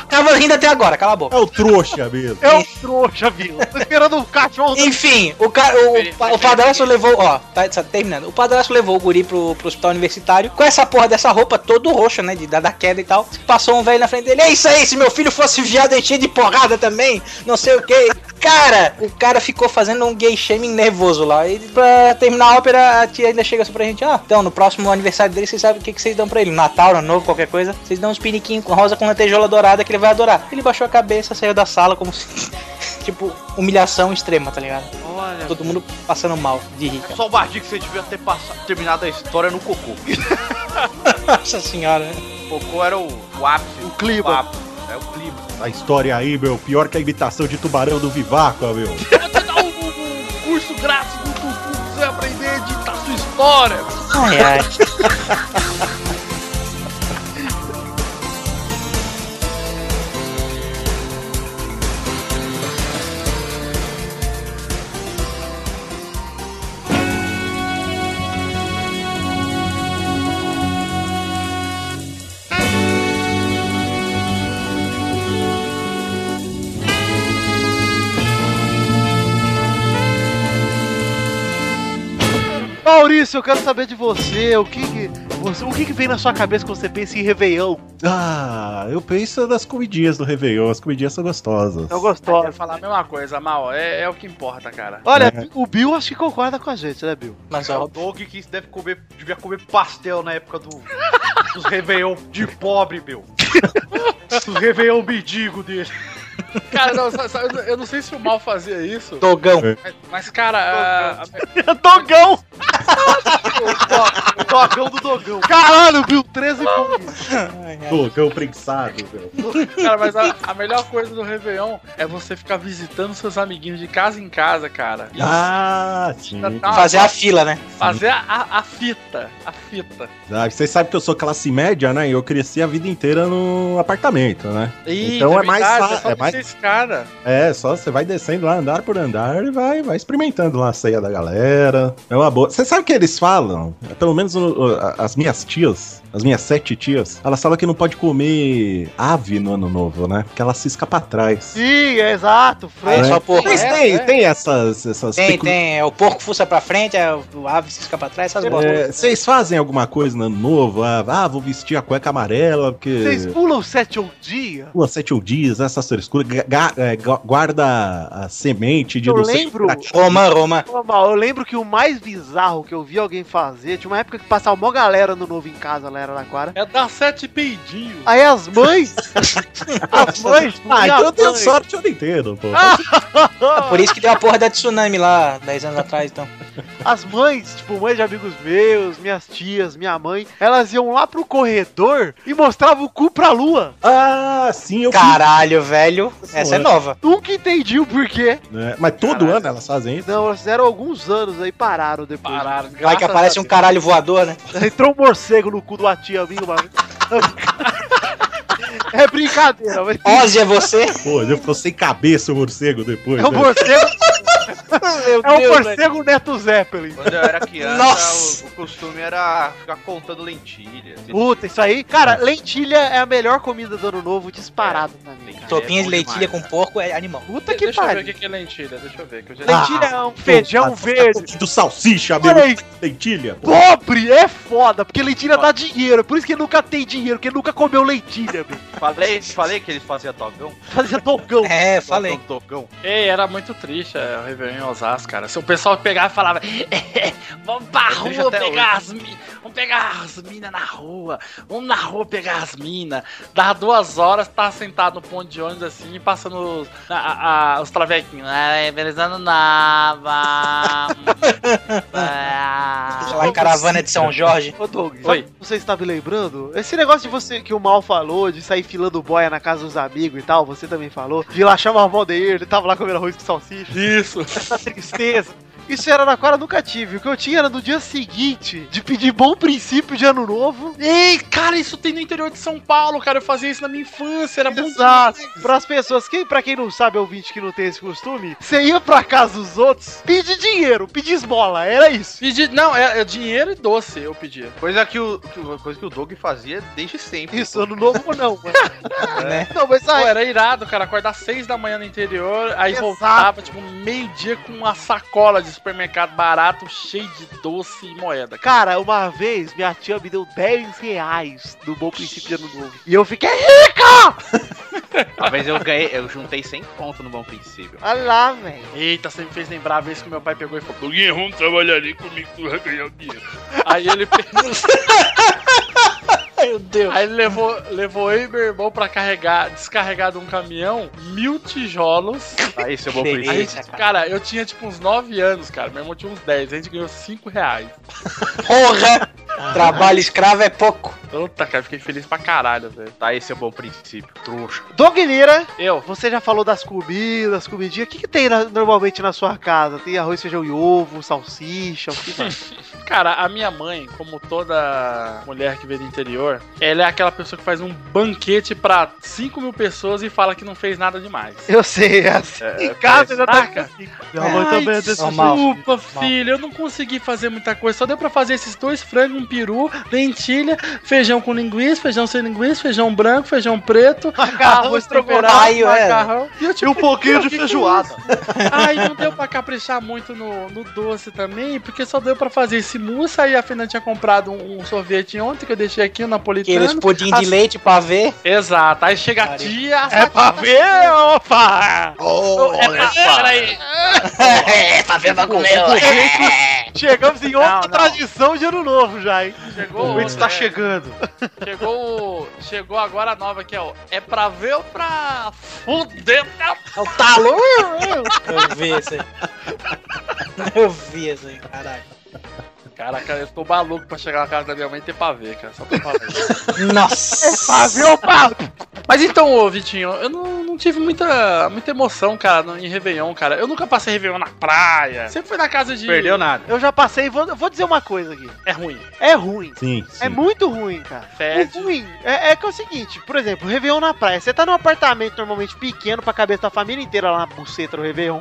Speaker 5: Tava rindo até agora, cala a boca.
Speaker 4: é o trouxa mesmo.
Speaker 2: É um trouxa, Bill. Tô esperando um cachorro.
Speaker 5: Enfim, o, ca... o, pa- o padrasto levou. Ó, tá, tá terminando. O padrasto levou o guri pro, pro hospital universitário com essa porra dessa roupa todo roxa, né? De, da, da queda e tal. Passou um velho na frente dele. É isso aí, se meu filho fosse viado, enchia de porrada também. Não sei o que. Cara, o cara ficou fazendo um gay shaming nervoso lá. E pra terminar a ópera, a tia ainda chega assim pra gente: ó, então no próximo aniversário dele, vocês sabem o que, que vocês dão pra ele? Natal, ano novo, qualquer coisa. Vocês dão uns piniquinhos com rosa com lantejola dourada que ele vai adorar. Ele baixou a cabeça, saiu da sala como se. [laughs] tipo, humilhação extrema, tá ligado?
Speaker 2: Olha.
Speaker 5: Todo mundo passando mal de rir. [laughs]
Speaker 6: É só o Bardi que você devia ter passado, terminado a história no cocô.
Speaker 5: Nossa senhora. né?
Speaker 6: Cocô era o, o ápice.
Speaker 2: O
Speaker 6: do
Speaker 2: clima.
Speaker 6: papo. É o clima.
Speaker 4: Essa história aí, meu, pior que a imitação de tubarão do Vivaco, meu.
Speaker 3: Vou te dar um, um- um curso grátis do Tutu pra você aprender a editar sua história.
Speaker 5: Ai, ai.
Speaker 2: Maurício, eu quero saber de você. O que que, você- o que, que vem na sua cabeça quando você pensa em Réveillon?
Speaker 4: Ah, eu penso nas comidinhas do Réveillon. As comidinhas são gostosas.
Speaker 2: Eu
Speaker 3: Eu
Speaker 2: É
Speaker 3: ia
Speaker 2: gostoso.
Speaker 3: falar a mesma coisa, Mal. É, é o que importa, cara.
Speaker 2: Olha,
Speaker 4: É.
Speaker 2: o Bill acho que concorda com a gente, né, Bill?
Speaker 5: Mas
Speaker 6: É o
Speaker 5: ó,
Speaker 6: Doug que deve comer, devia comer pastel na época do, dos Réveillon de pobre, meu. Dos Réveillon mendigo dele.
Speaker 3: Cara, não, sa- sa- eu não sei se o Mal fazia isso,
Speaker 5: Dogão.
Speaker 3: mas, cara, a- a-
Speaker 2: É [laughs] Dogão!
Speaker 6: Dogão do Dogão.
Speaker 2: Caralho, Bill, 13 pontos.
Speaker 4: Dogão prensado, meu.
Speaker 3: Cara, mas a, a melhor coisa do Réveillon é você ficar visitando seus amiguinhos de casa em casa, cara. E
Speaker 4: Ah, sim.
Speaker 3: ainda tá-
Speaker 5: Uhum. Fazer a fila, né?
Speaker 3: fazer a, a- a fita. A fita.
Speaker 4: Ah, Vocês sabem que eu sou classe média, né? E eu cresci a vida inteira no apartamento, né?
Speaker 3: Ih,
Speaker 4: Então é mais
Speaker 3: verdade,
Speaker 4: fa-
Speaker 3: só
Speaker 4: é mais-
Speaker 3: descer escada.
Speaker 4: É, só você vai descendo lá, andar por andar, e vai, vai experimentando lá a ceia da galera. É uma boa. Você sabe o que eles falam? Pelo menos uh, as minhas tias, as minhas sete tias, elas falam que não pode comer ave no ano novo, né? Porque ela cisca pra trás.
Speaker 2: Sim, é exato,
Speaker 5: Aí é
Speaker 2: Fred.
Speaker 5: só porco.
Speaker 4: Mas
Speaker 5: né?
Speaker 4: tem, tem essas, essas
Speaker 5: Tem,
Speaker 4: pecul-
Speaker 5: tem. É, O porco fuça pra frente, é, o ave se escapa pra trás, essas
Speaker 4: É,
Speaker 5: bolas.
Speaker 4: Vocês fazem alguma coisa no ano novo? Ah, ah, vou vestir a cueca amarela, porque.
Speaker 2: Vocês pulam sete ou um dia?
Speaker 4: Lua sete ou dias, essa frescura, ga- ga- é, gu- guarda a semente de
Speaker 2: Eu
Speaker 4: não sei-
Speaker 2: lembro.
Speaker 5: Roma, Roma.
Speaker 2: Ô, Mal, eu lembro que o mais bizarro que eu vi alguém fazer, tinha uma época que passava uma galera no novo em casa lá em Araraquara.
Speaker 3: É dar sete peidinhos.
Speaker 2: Aí as
Speaker 4: [laughs]
Speaker 2: mães. as mães.
Speaker 4: Ah, então eu
Speaker 2: minha
Speaker 4: tenho
Speaker 2: mãe-
Speaker 4: sorte o ano inteiro, pô.
Speaker 5: Ah, Por isso que deu a porra da tsunami lá, 10 anos atrás, então.
Speaker 2: As mães, tipo, mães de amigos meus, minhas tias, minha mãe, elas iam lá pro corredor e mostravam o cu pra lua.
Speaker 4: Ah, sim, eu
Speaker 5: Caralho, velho. Essa é nova.
Speaker 2: Nunca entendi o porquê.
Speaker 4: fiz, né? Mas todo
Speaker 6: Caralho.
Speaker 4: ano elas fazem isso.
Speaker 2: Não, elas fizeram alguns anos aí, pararam depois.
Speaker 3: Pararam.
Speaker 5: Vai
Speaker 3: graças
Speaker 5: que aparece
Speaker 3: a
Speaker 5: um caralho voador, né?
Speaker 2: Entrou um morcego no cu da tia minha uma [laughs] vez. É brincadeira, mas
Speaker 5: Ozzy é você?
Speaker 4: Pô, eu ficou sem cabeça o morcego depois.
Speaker 2: é um
Speaker 4: né?
Speaker 2: morcego,
Speaker 5: [laughs] Meu
Speaker 2: é um
Speaker 5: Deus, né? velho.
Speaker 2: morcego Neto Zeppelin.
Speaker 6: Quando eu era criança,
Speaker 5: Nossa.
Speaker 6: o, o costume era ficar contando lentilha.
Speaker 2: Puta, isso aí. Cara, lentilha é a melhor comida do ano novo disparado pra mim. cara.
Speaker 5: Sopinha de
Speaker 6: bom
Speaker 5: leitilha
Speaker 6: demais,
Speaker 5: com
Speaker 6: cara.
Speaker 5: porco é animal.
Speaker 2: Puta
Speaker 3: Deus.
Speaker 2: que
Speaker 3: É. deixa eu ver o
Speaker 2: pariu.
Speaker 3: que que é lentilha, deixa eu ver. Que eu já...
Speaker 2: Lentilha é um feijão
Speaker 4: Pô, tá- tá
Speaker 2: verde.
Speaker 4: Do salsicha,
Speaker 3: tá
Speaker 4: meu.
Speaker 2: Olha aí.
Speaker 4: Lentilha. pô.
Speaker 2: Pobre é foda, porque lentilha dá dinheiro. Por isso que ele nunca tem dinheiro, porque ele nunca comeu lentilha, meu.
Speaker 3: Ah.
Speaker 6: Falei, falei que eles faziam dogão?
Speaker 2: Fazia dogão.
Speaker 5: É, falei.
Speaker 6: Dogão.
Speaker 3: Ei, era muito triste é, o Réveillon em Osasco, cara. Se o pessoal pegava e falava, é, vamos pra
Speaker 6: É triste
Speaker 3: rua
Speaker 6: até
Speaker 3: pegar as minas, vamos pegar as minas na rua, vamos na rua pegar as minas. Dava duas horas, tá sentado no ponto de ônibus assim, passando os, a- a- os travequinhos. É, Venezuela Nava. [laughs] Ah.
Speaker 5: Lá em caravana de São Jorge.
Speaker 2: Ô Doug,
Speaker 3: [laughs] Oi.
Speaker 2: sabe o que você está me lembrando? Esse negócio de você que o Mal falou, de sair filando boia na casa dos amigos e tal, você também falou, de ir lá chamar o Valdeir, ele tava lá comendo arroz com salsicha,
Speaker 3: Isso.
Speaker 2: essa tristeza. Isso era na qual eu nunca tive. O que eu tinha era no dia seguinte de pedir bom princípio de ano novo.
Speaker 3: Ei, cara, isso tem no interior de São Paulo, cara. Eu fazia isso na minha infância, era bom
Speaker 2: Exato. Para as pessoas, quem, para quem não sabe, ouvinte que não tem esse costume, você ia pra casa dos outros, pedir dinheiro, pedir esmola, era isso.
Speaker 3: Pedi, não, é, é dinheiro e doce eu pedia.
Speaker 6: Coisa que, o, que o- coisa que o Doug fazia desde sempre.
Speaker 2: Isso, ano novo não, mano.
Speaker 5: Né?
Speaker 2: Não, mas
Speaker 1: Tá,
Speaker 3: Pô,
Speaker 2: aí,
Speaker 3: era irado, cara, acordar às seis da manhã no interior, aí
Speaker 2: Exato.
Speaker 3: voltava, tipo, meio-dia com uma sacola de supermercado barato, cheio de doce e moeda. Cara,
Speaker 2: Cara, uma vez minha tia me deu 10 reais no bom princípio de ano novo. E eu fiquei "É." rica!
Speaker 6: Uma vez eu ganhei, eu juntei 100 ponto no bom princípio.
Speaker 2: Olha lá, velho.
Speaker 3: Eita, você me fez lembrar a vez que meu pai pegou e falou: Doguinho, vamos trabalhar ali comigo, tu vai ganhar o dinheiro. aí ele pegou,
Speaker 5: Meu Deus.
Speaker 3: aí ele levou, levou eu e meu irmão pra carregar, descarregar de um caminhão, mil tijolos.
Speaker 6: Tá Aí, seu bom
Speaker 5: Beleza.
Speaker 3: Aí,
Speaker 6: princípio.
Speaker 5: Eita, cara.
Speaker 3: cara, eu tinha tipo uns 9 anos, cara. Meu irmão tinha uns 10. A gente ganhou 5 reais.
Speaker 5: Porra! Trabalho escravo é pouco.
Speaker 3: Puta, cara, fiquei feliz pra caralho, velho. Tá, esse é o bom princípio, trouxa.
Speaker 2: Dognira,
Speaker 3: Eu,
Speaker 2: você já falou das comidas, comidinha. O que, que tem na- normalmente na sua casa? Tem arroz, feijão e ovo, salsicha, o que [laughs] mais?
Speaker 3: cara, a minha mãe, como toda mulher que veio do interior, ela é aquela pessoa que faz um banquete pra 5 mil pessoas e fala que não fez nada demais.
Speaker 2: Eu sei, é assim.
Speaker 6: É,
Speaker 2: em casa já tá.
Speaker 3: Saca?
Speaker 2: Minha mãe
Speaker 3: Ai,
Speaker 2: também é desse
Speaker 5: normal.
Speaker 2: jeito.
Speaker 3: Desculpa, filho, eu não consegui fazer muita coisa. Só deu pra fazer esses dois frangos, um peru, lentilha, feijão com linguiça, feijão sem linguiça, feijão branco, feijão preto,
Speaker 2: Macarrão
Speaker 3: arroz temperado,
Speaker 2: estrogonofe.
Speaker 5: temperado. Ai, ué.
Speaker 3: macarrão. E eu,
Speaker 2: E um pouquinho de
Speaker 3: que que é
Speaker 2: feijoada.
Speaker 3: Ai, não deu pra caprichar muito no, no doce também, porque só deu pra fazer esse mousse. Aí a Fernanda tinha comprado um, um sorvete ontem que eu deixei aqui, um napolitano.
Speaker 5: Aqueles pudim de
Speaker 3: as-
Speaker 5: leite pra ver.
Speaker 3: Exato, aí chega a
Speaker 5: Pare.
Speaker 3: tia. a
Speaker 2: É pra ver, opa! é
Speaker 3: Peraí.
Speaker 5: pra ver pra comer.
Speaker 2: Chegamos em
Speaker 3: Não,
Speaker 2: outra
Speaker 3: não.
Speaker 2: tradição de ano novo já, hein?
Speaker 3: Chegou.
Speaker 2: O momento está
Speaker 6: tá
Speaker 5: é.
Speaker 3: né?
Speaker 2: chegando.
Speaker 3: Chegou, o- chegou agora a nova que é o é pra ver ou pra fuder?
Speaker 5: É o talo. Eu vi isso aí. Eu vi isso aí, caralho.
Speaker 3: Caraca, eu tô maluco pra chegar na casa da minha mãe e ter pra ver, cara. Só pra ver.
Speaker 5: Nossa.
Speaker 3: Mas então, ô Vitinho, eu não, não tive muita, muita emoção, cara, no- em Réveillon, cara. Eu nunca passei Réveillon na praia. Sempre fui na casa de.
Speaker 6: Perdeu né? nada.
Speaker 2: Eu já passei, vou, eu vou dizer uma coisa aqui.
Speaker 3: É ruim.
Speaker 2: É ruim.
Speaker 4: Sim, sim.
Speaker 2: É muito ruim, cara.
Speaker 3: Fede.
Speaker 2: O ruim é, é que é o seguinte, por exemplo, Réveillon na praia. Você tá num apartamento normalmente pequeno pra cabeça da família inteira lá na buceta do Réveillon.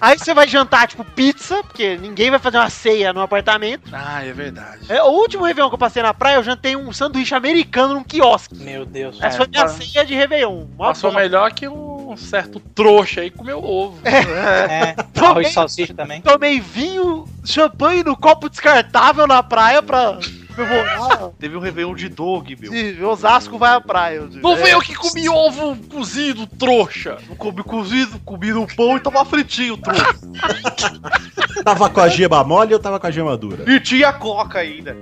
Speaker 2: Aí você vai jantar, tipo, pizza, porque ninguém vai fazer uma ceia no apartamento.
Speaker 3: Ah, é verdade.
Speaker 2: É, o último Réveillon que eu passei na praia, eu jantei um sanduíche americano num quiosque.
Speaker 5: Meu Deus.
Speaker 2: Essa foi minha
Speaker 3: tá.
Speaker 2: ceia de Réveillon. Mó
Speaker 3: Passou
Speaker 2: bosta.
Speaker 3: melhor que um certo trouxa aí comeu ovo.
Speaker 5: É, arroz
Speaker 2: Tomei,
Speaker 5: e salsicha também.
Speaker 2: tomei vinho, champanhe no copo descartável na praia pra... comemorar.
Speaker 6: Teve um Réveillon de dog, meu.
Speaker 2: Sim, Osasco vai à praia. Eu digo.
Speaker 3: Não fui eu que comi ovo cozido, trouxa.
Speaker 6: Um Comi cozido, comi no pão e tava fritinho, truco.
Speaker 4: Tava com a gema mole ou tava com a gema dura?
Speaker 6: E tinha coca ainda.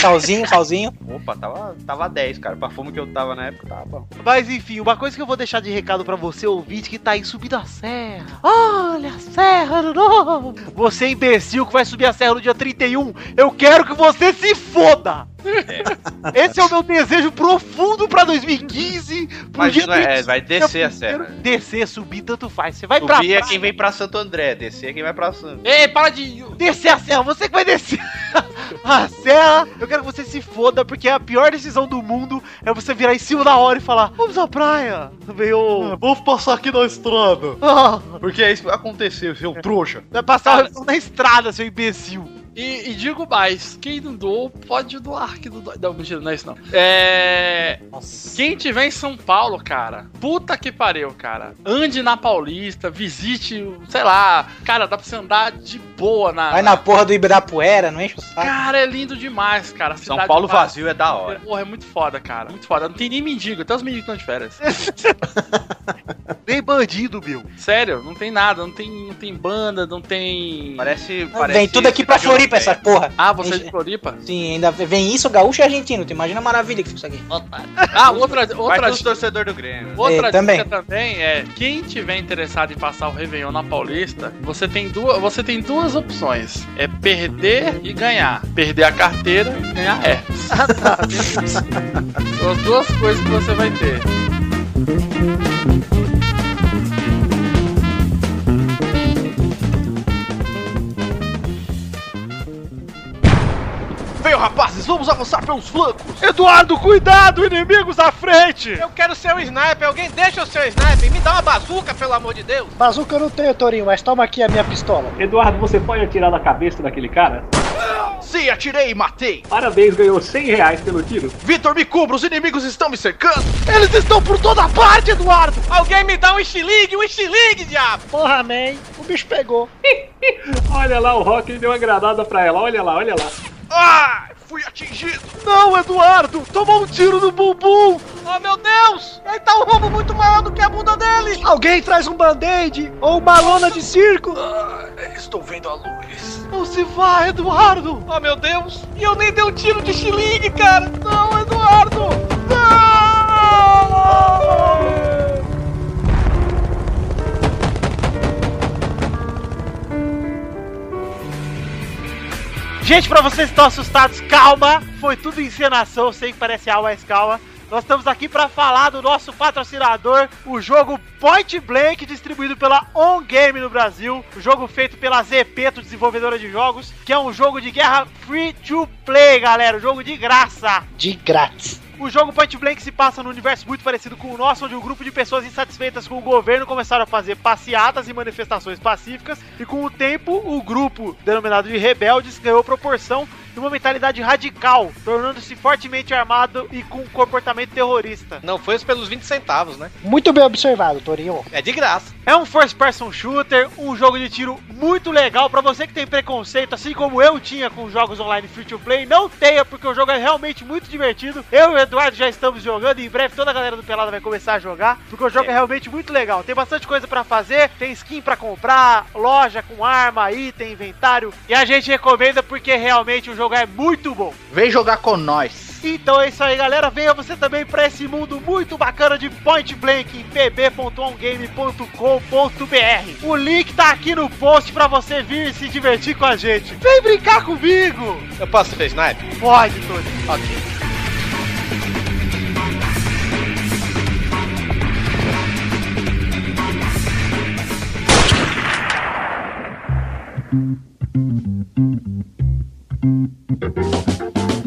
Speaker 5: Salzinho, salzinho.
Speaker 6: Opa, tava, tava 10, cara. Pra fome que eu tava na época, tava bom.
Speaker 2: É, Mas enfim, uma coisa que eu vou deixar de recado pra você, ouvinte, que tá aí subindo a serra. Olha a serra no novo. Você imbecil que vai subir a serra no dia 31, eu quero que você se foda. Esse é o meu desejo profundo pra 2015. Pro
Speaker 6: Mas
Speaker 2: dia
Speaker 6: não é,
Speaker 2: 31,
Speaker 6: é, vai descer a serra.
Speaker 2: Descer, subir, tanto faz. Você vai pra
Speaker 6: Subir é
Speaker 2: praia,
Speaker 6: quem vem pra Santo André, descer é quem vai pra Santo.
Speaker 3: Ei, para de.
Speaker 2: Descer a serra, você que vai descer [laughs] a serra. Eu quero que você se foda, porque a pior decisão do mundo é você virar em cima da hora e falar: Vamos à praia. Veio.
Speaker 6: Ah, Vamos passar aqui na estrada.
Speaker 2: Ah,
Speaker 6: Porque é isso que aconteceu, seu trouxa.
Speaker 2: [laughs] Vai passar na estrada, seu imbecil.
Speaker 3: E, e digo mais, quem não doou, pode doar que não dói. Não, mentira, não é isso não. É.
Speaker 5: Nossa.
Speaker 3: Quem tiver em São Paulo, cara, puta que pariu, cara. Ande na Paulista, visite, o- sei lá, cara, dá pra você andar de boa na.
Speaker 5: Vai na porra do Ibirapuera, não enche o saco.
Speaker 3: Cara, é lindo demais, cara.
Speaker 6: São
Speaker 3: Cidade
Speaker 6: Paulo
Speaker 3: vazia.
Speaker 6: vazio é da hora.
Speaker 3: Porra, é muito foda, cara. Muito foda. Não tem nem mendigo, até os mendigos estão
Speaker 6: [laughs]
Speaker 3: de férias.
Speaker 2: Nem bandido, meu.
Speaker 3: Sério, não tem nada, não tem, não tem banda, não tem.
Speaker 6: Parece, parece.
Speaker 5: Vem tudo aqui pra
Speaker 6: cidade
Speaker 5: Floripa essa
Speaker 6: europeia.
Speaker 5: porra.
Speaker 3: Ah, você é de
Speaker 5: Enche-
Speaker 3: Floripa?
Speaker 5: Sim, ainda vem isso, gaúcho e argentino. Tu imagina a maravilha que fica isso aqui.
Speaker 3: Ah, outra,
Speaker 6: Vai
Speaker 3: outra
Speaker 6: todos os torcedor do Grêmio.
Speaker 3: Outra
Speaker 5: É, também.
Speaker 3: dica também é, quem tiver interessado em passar o Réveillon na Paulista, você tem duas, você tem duas opções. É perder e ganhar. Perder a carteira e ganhar é.
Speaker 5: [laughs] Ah, tá.
Speaker 3: São as duas coisas que você vai ter.
Speaker 6: Veio, rapazes, vamos avançar pelos flancos.
Speaker 2: Eduardo, cuidado, inimigos à frente!
Speaker 7: Eu quero ser um sniper, alguém deixa eu ser um sniper, me dá uma bazuca, pelo amor de Deus!
Speaker 8: Bazuca eu não tenho, Torinho, mas toma aqui a minha pistola.
Speaker 9: Eduardo, você pode atirar na cabeça daquele cara?
Speaker 6: Sim, atirei e matei.
Speaker 9: Parabéns, ganhou 100 reais pelo tiro.
Speaker 6: Vitor, me cubra, os inimigos estão me cercando.
Speaker 2: Eles estão por toda parte, Eduardo!
Speaker 7: Alguém me dá um estilingue, um estilingue, diabo!
Speaker 8: Porra, man, o bicho pegou.
Speaker 9: Olha lá, o Rock deu uma granada pra ela, olha lá, olha lá.
Speaker 6: Ah, fui atingido.
Speaker 2: Não, Eduardo! Tomou um tiro no bumbum!
Speaker 7: Oh meu Deus! Ele tá um roubo muito maior do que a bunda dele!
Speaker 8: Alguém traz um band-aid ou uma lona de circo.
Speaker 7: Ah,
Speaker 6: Estou vendo a luz.
Speaker 2: Não se vá, Eduardo!
Speaker 7: Oh meu Deus! E eu nem dei um tiro de estilingue, cara! Não, Eduardo! Não!
Speaker 2: Gente, pra vocês que estão assustados, calma. Foi tudo encenação, eu sei que parece algo, mas calma. Nós estamos aqui pra falar do nosso patrocinador, o jogo Point Blank, distribuído pela On Game no Brasil. O jogo feito pela Zepeto, desenvolvedora de jogos, que é um jogo de guerra free to play, galera. Um jogo de graça.
Speaker 8: De grátis.
Speaker 2: O jogo Point Blank se passa num universo muito parecido com o nosso, onde um grupo de pessoas insatisfeitas com o governo começaram a fazer passeatas e manifestações pacíficas, e com o tempo, o grupo, denominado de rebeldes, ganhou proporção e uma mentalidade radical, tornando-se fortemente armado e com um comportamento terrorista.
Speaker 7: Não, foi pelos 20 centavos, né?
Speaker 8: Muito bem observado, Torinho.
Speaker 7: É de graça.
Speaker 2: É um first person shooter, um jogo de tiro muito legal pra você que tem preconceito, assim como eu tinha com jogos online free to play. Não tenha, porque o jogo é realmente muito divertido. Eu e o Eduardo já estamos jogando e em breve toda a galera do Pelada vai começar a jogar, porque o jogo é, realmente muito legal. Tem bastante coisa pra fazer, tem skin pra comprar, loja com arma, item, inventário, e a gente recomenda porque realmente o jogo é muito bom.
Speaker 6: Vem jogar com nós.
Speaker 2: Então é isso aí, galera. Venha você também para esse mundo muito bacana de Point Blank em pb.ongame.com.br. O link tá aqui no post para você vir se divertir com a gente. Vem brincar comigo!
Speaker 7: Eu posso ser sniper?
Speaker 2: Pode, Tony.
Speaker 7: Ok.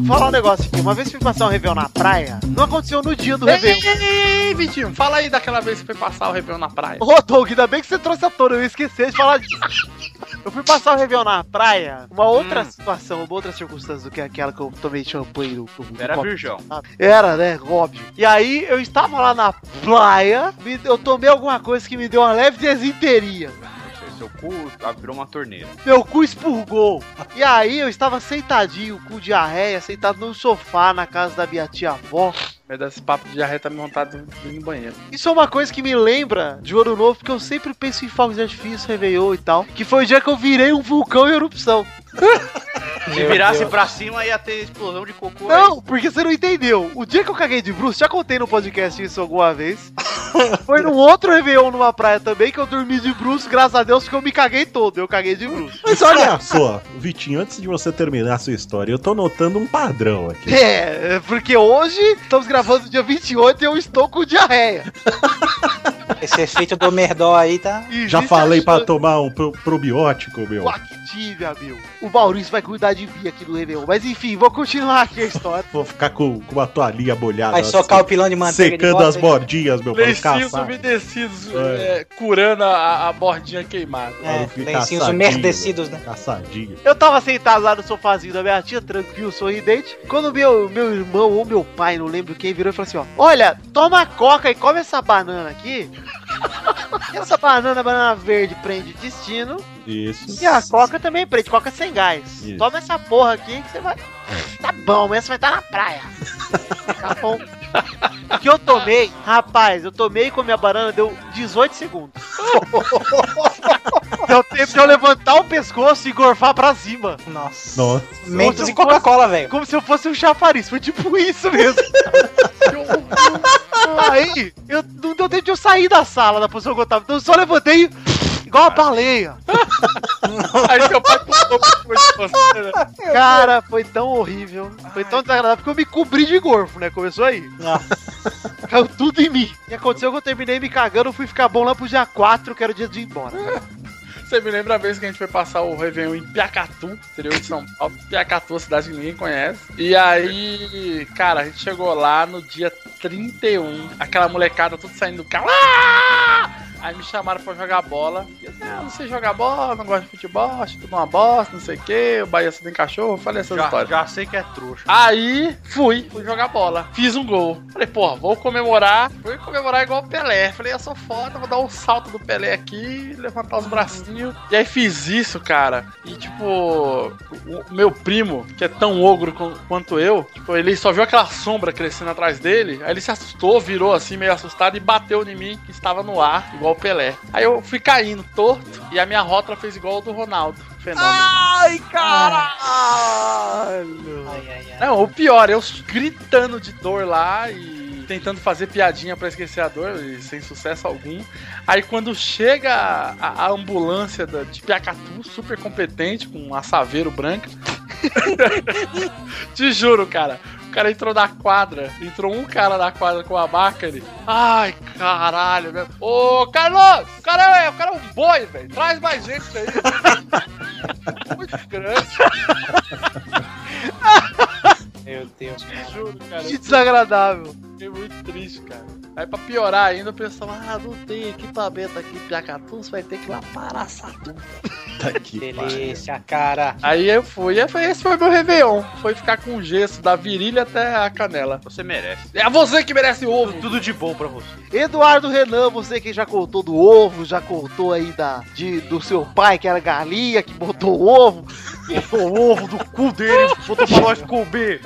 Speaker 2: Vou falar um negócio aqui. Uma vez fui passar um Réveillon na praia, não aconteceu no dia do
Speaker 3: Ei,
Speaker 2: Réveillon.
Speaker 3: ei, ei, Vitinho, fala aí daquela vez que foi passar o Réveillon na praia.
Speaker 2: Ô, Doug, ainda bem que você trouxe à tona, eu ia esquecer de falar disso. Eu fui passar o Réveillon na praia, uma outra situação, uma outra circunstância do que aquela que eu tomei champanhe no, no, no
Speaker 6: Era
Speaker 2: copo.
Speaker 6: virgão.
Speaker 2: Era, né? Óbvio. E aí eu estava lá na praia, me- eu tomei alguma coisa que me deu uma leve desinteria.
Speaker 6: Não sei, seu cu ah, virou uma torneira.
Speaker 2: Meu cu expurgou. E aí eu estava sentadinho, com diarreia, sentado num sofá na casa da minha tia avó.
Speaker 3: Medo desse papo de diarreia tá me vontade de ir no banheiro.
Speaker 2: Isso é uma coisa que me lembra de Ouro Novo, porque eu sempre penso em fogos de artifício, Réveillon e tal. Que foi o dia que eu virei um vulcão em erupção.
Speaker 6: Se virasse pra cima, ia ter explosão de cocô. aí.
Speaker 2: Não, porque você não entendeu. O dia que eu caguei de bruxo, já contei no podcast isso alguma vez. [laughs] Foi num outro Réveillon numa praia também que eu dormi de bruxo, graças a Deus, porque eu me caguei todo. Eu caguei de
Speaker 4: [laughs]
Speaker 2: bruxo.
Speaker 4: Mas olha só, Vitinho, antes de você terminar a sua história, eu tô notando um padrão aqui.
Speaker 2: É, porque hoje estamos gravando dia 28 e eu estou com diarreia.
Speaker 5: Esse efeito do Merdó aí tá.
Speaker 2: E é
Speaker 4: Já
Speaker 2: existe
Speaker 4: falei
Speaker 2: a
Speaker 4: pra
Speaker 2: chance-
Speaker 4: tomar um pro- probiótico, meu.
Speaker 2: Activa, meu. O Maurício vai cuidar de mim aqui no Réveillon. Mas enfim, vou continuar aqui a história.
Speaker 4: Vou ficar com, com uma toalhinha bolhada.
Speaker 5: Vai socar o pilão de
Speaker 4: assim,
Speaker 5: manteiga de
Speaker 4: Ah, secando
Speaker 5: bota
Speaker 4: as
Speaker 5: aí.
Speaker 4: bordinhas, meu, pra não
Speaker 3: Lencinhos
Speaker 4: caçar.
Speaker 3: umedecidos,
Speaker 4: É.
Speaker 3: é, curando a, a bordinha queimada.
Speaker 4: Pra
Speaker 5: É,
Speaker 4: não ficar
Speaker 5: lencinhos
Speaker 4: assadinho,
Speaker 5: merdecidos, né?
Speaker 4: Caçadinho.
Speaker 2: Eu tava sentado lá no sofazinho da minha tia, tranquilo, sorridente. Quando meu, meu irmão ou meu pai, não lembro quem, virou e falou assim: ó, olha, toma coca e come essa banana aqui. [laughs] Essa banana, banana verde, prende intestino.
Speaker 4: Isso.
Speaker 2: E a coca também prende, coca sem gás.
Speaker 4: Isso.
Speaker 2: Toma essa porra aqui que você vai. Tá bom, amanhã você vai estar na praia. Tá bom. O que eu tomei, rapaz, eu tomei com a minha banana, deu 18 segundos. Deu tempo de eu levantar o pescoço e gorfar pra cima.
Speaker 5: Nossa.
Speaker 4: Nossa.
Speaker 5: Mentos e Coca-Cola, velho.
Speaker 2: Como se eu fosse um chafariz. Foi tipo [laughs] isso mesmo. Aí, eu não deu tempo de eu sair da sala da posição que eu tava. Então eu só levantei e- igual a baleia.
Speaker 3: Aí seu pai pulou pra cima de você, né?
Speaker 2: Cara, foi tão horrível. Foi tão desagradável porque eu me cobri de gorfo, né? Começou aí. Caiu tudo em mim. E aconteceu que eu terminei me cagando, fui ficar bom lá pro dia 4, que era o dia de ir embora.
Speaker 3: Você me lembra a vez que a gente foi passar o Réveillon em Piacatu, interior de São Paulo. Piacatu, uma cidade que ninguém conhece. E aí, cara, a gente chegou lá no dia 31. Aquela molecada tudo saindo do carro. Ah! Aí me chamaram pra jogar bola. E eu, não, não sei jogar bola, não gosto de futebol, acho tudo uma bosta, não sei o quê. O Bahia só tem cachorro, falei essas
Speaker 6: Já,
Speaker 3: histórias.
Speaker 6: já sei que é trouxa.
Speaker 3: Aí fui, fui jogar bola. Fiz um gol. Falei, porra, vou comemorar. Fui comemorar igual o Pelé. Falei, eu sou foda, vou dar um salto do Pelé aqui, levantar os bracinhos. E aí fiz isso, cara. E tipo, o meu primo, que é tão ogro qu- quanto eu, tipo, ele só viu aquela sombra crescendo atrás dele. Aí ele se assustou, virou assim, meio assustado, e bateu em mim, que estava no ar, igual o Pelé. Aí eu fui caindo torto, e a minha rótula fez igual a do Ronaldo. Fenômeno.
Speaker 5: Ai, ai, ai.
Speaker 3: Não, o pior, eu gritando de dor lá e tentando fazer piadinha pra esquecer a dor, e sem sucesso algum. Aí quando chega a, a ambulância da, de Piacatu, super competente, com um assaveiro branco, Te juro, cara. O cara entrou na quadra. Entrou um cara na quadra com a maca ali. Ai, caralho, meu. Ô, Carlos! O cara é, o cara é um boi, velho. Traz mais gente aí. [laughs] Muito grande,
Speaker 5: Meu Deus.
Speaker 3: te juro, cara.
Speaker 2: Que desagradável.
Speaker 3: Fiquei muito triste, cara. Aí pra piorar ainda, eu pensava, ah, não tem equipamento aqui em Piacatus, vai ter que ir lá para Satu.
Speaker 4: Tá que pariu.
Speaker 5: Delícia, cara.
Speaker 3: Aí eu fui, aí foi- esse foi meu Réveillon. Foi ficar com gesso da virilha até a canela.
Speaker 6: Você merece.
Speaker 3: É você que merece o ovo.
Speaker 2: Tudo de bom pra você. Eduardo Renan, você que já contou do ovo, já contou aí da, de, do seu pai, que era galinha, que botou o ovo, botou o ovo do cu dele, botou pra nós comer.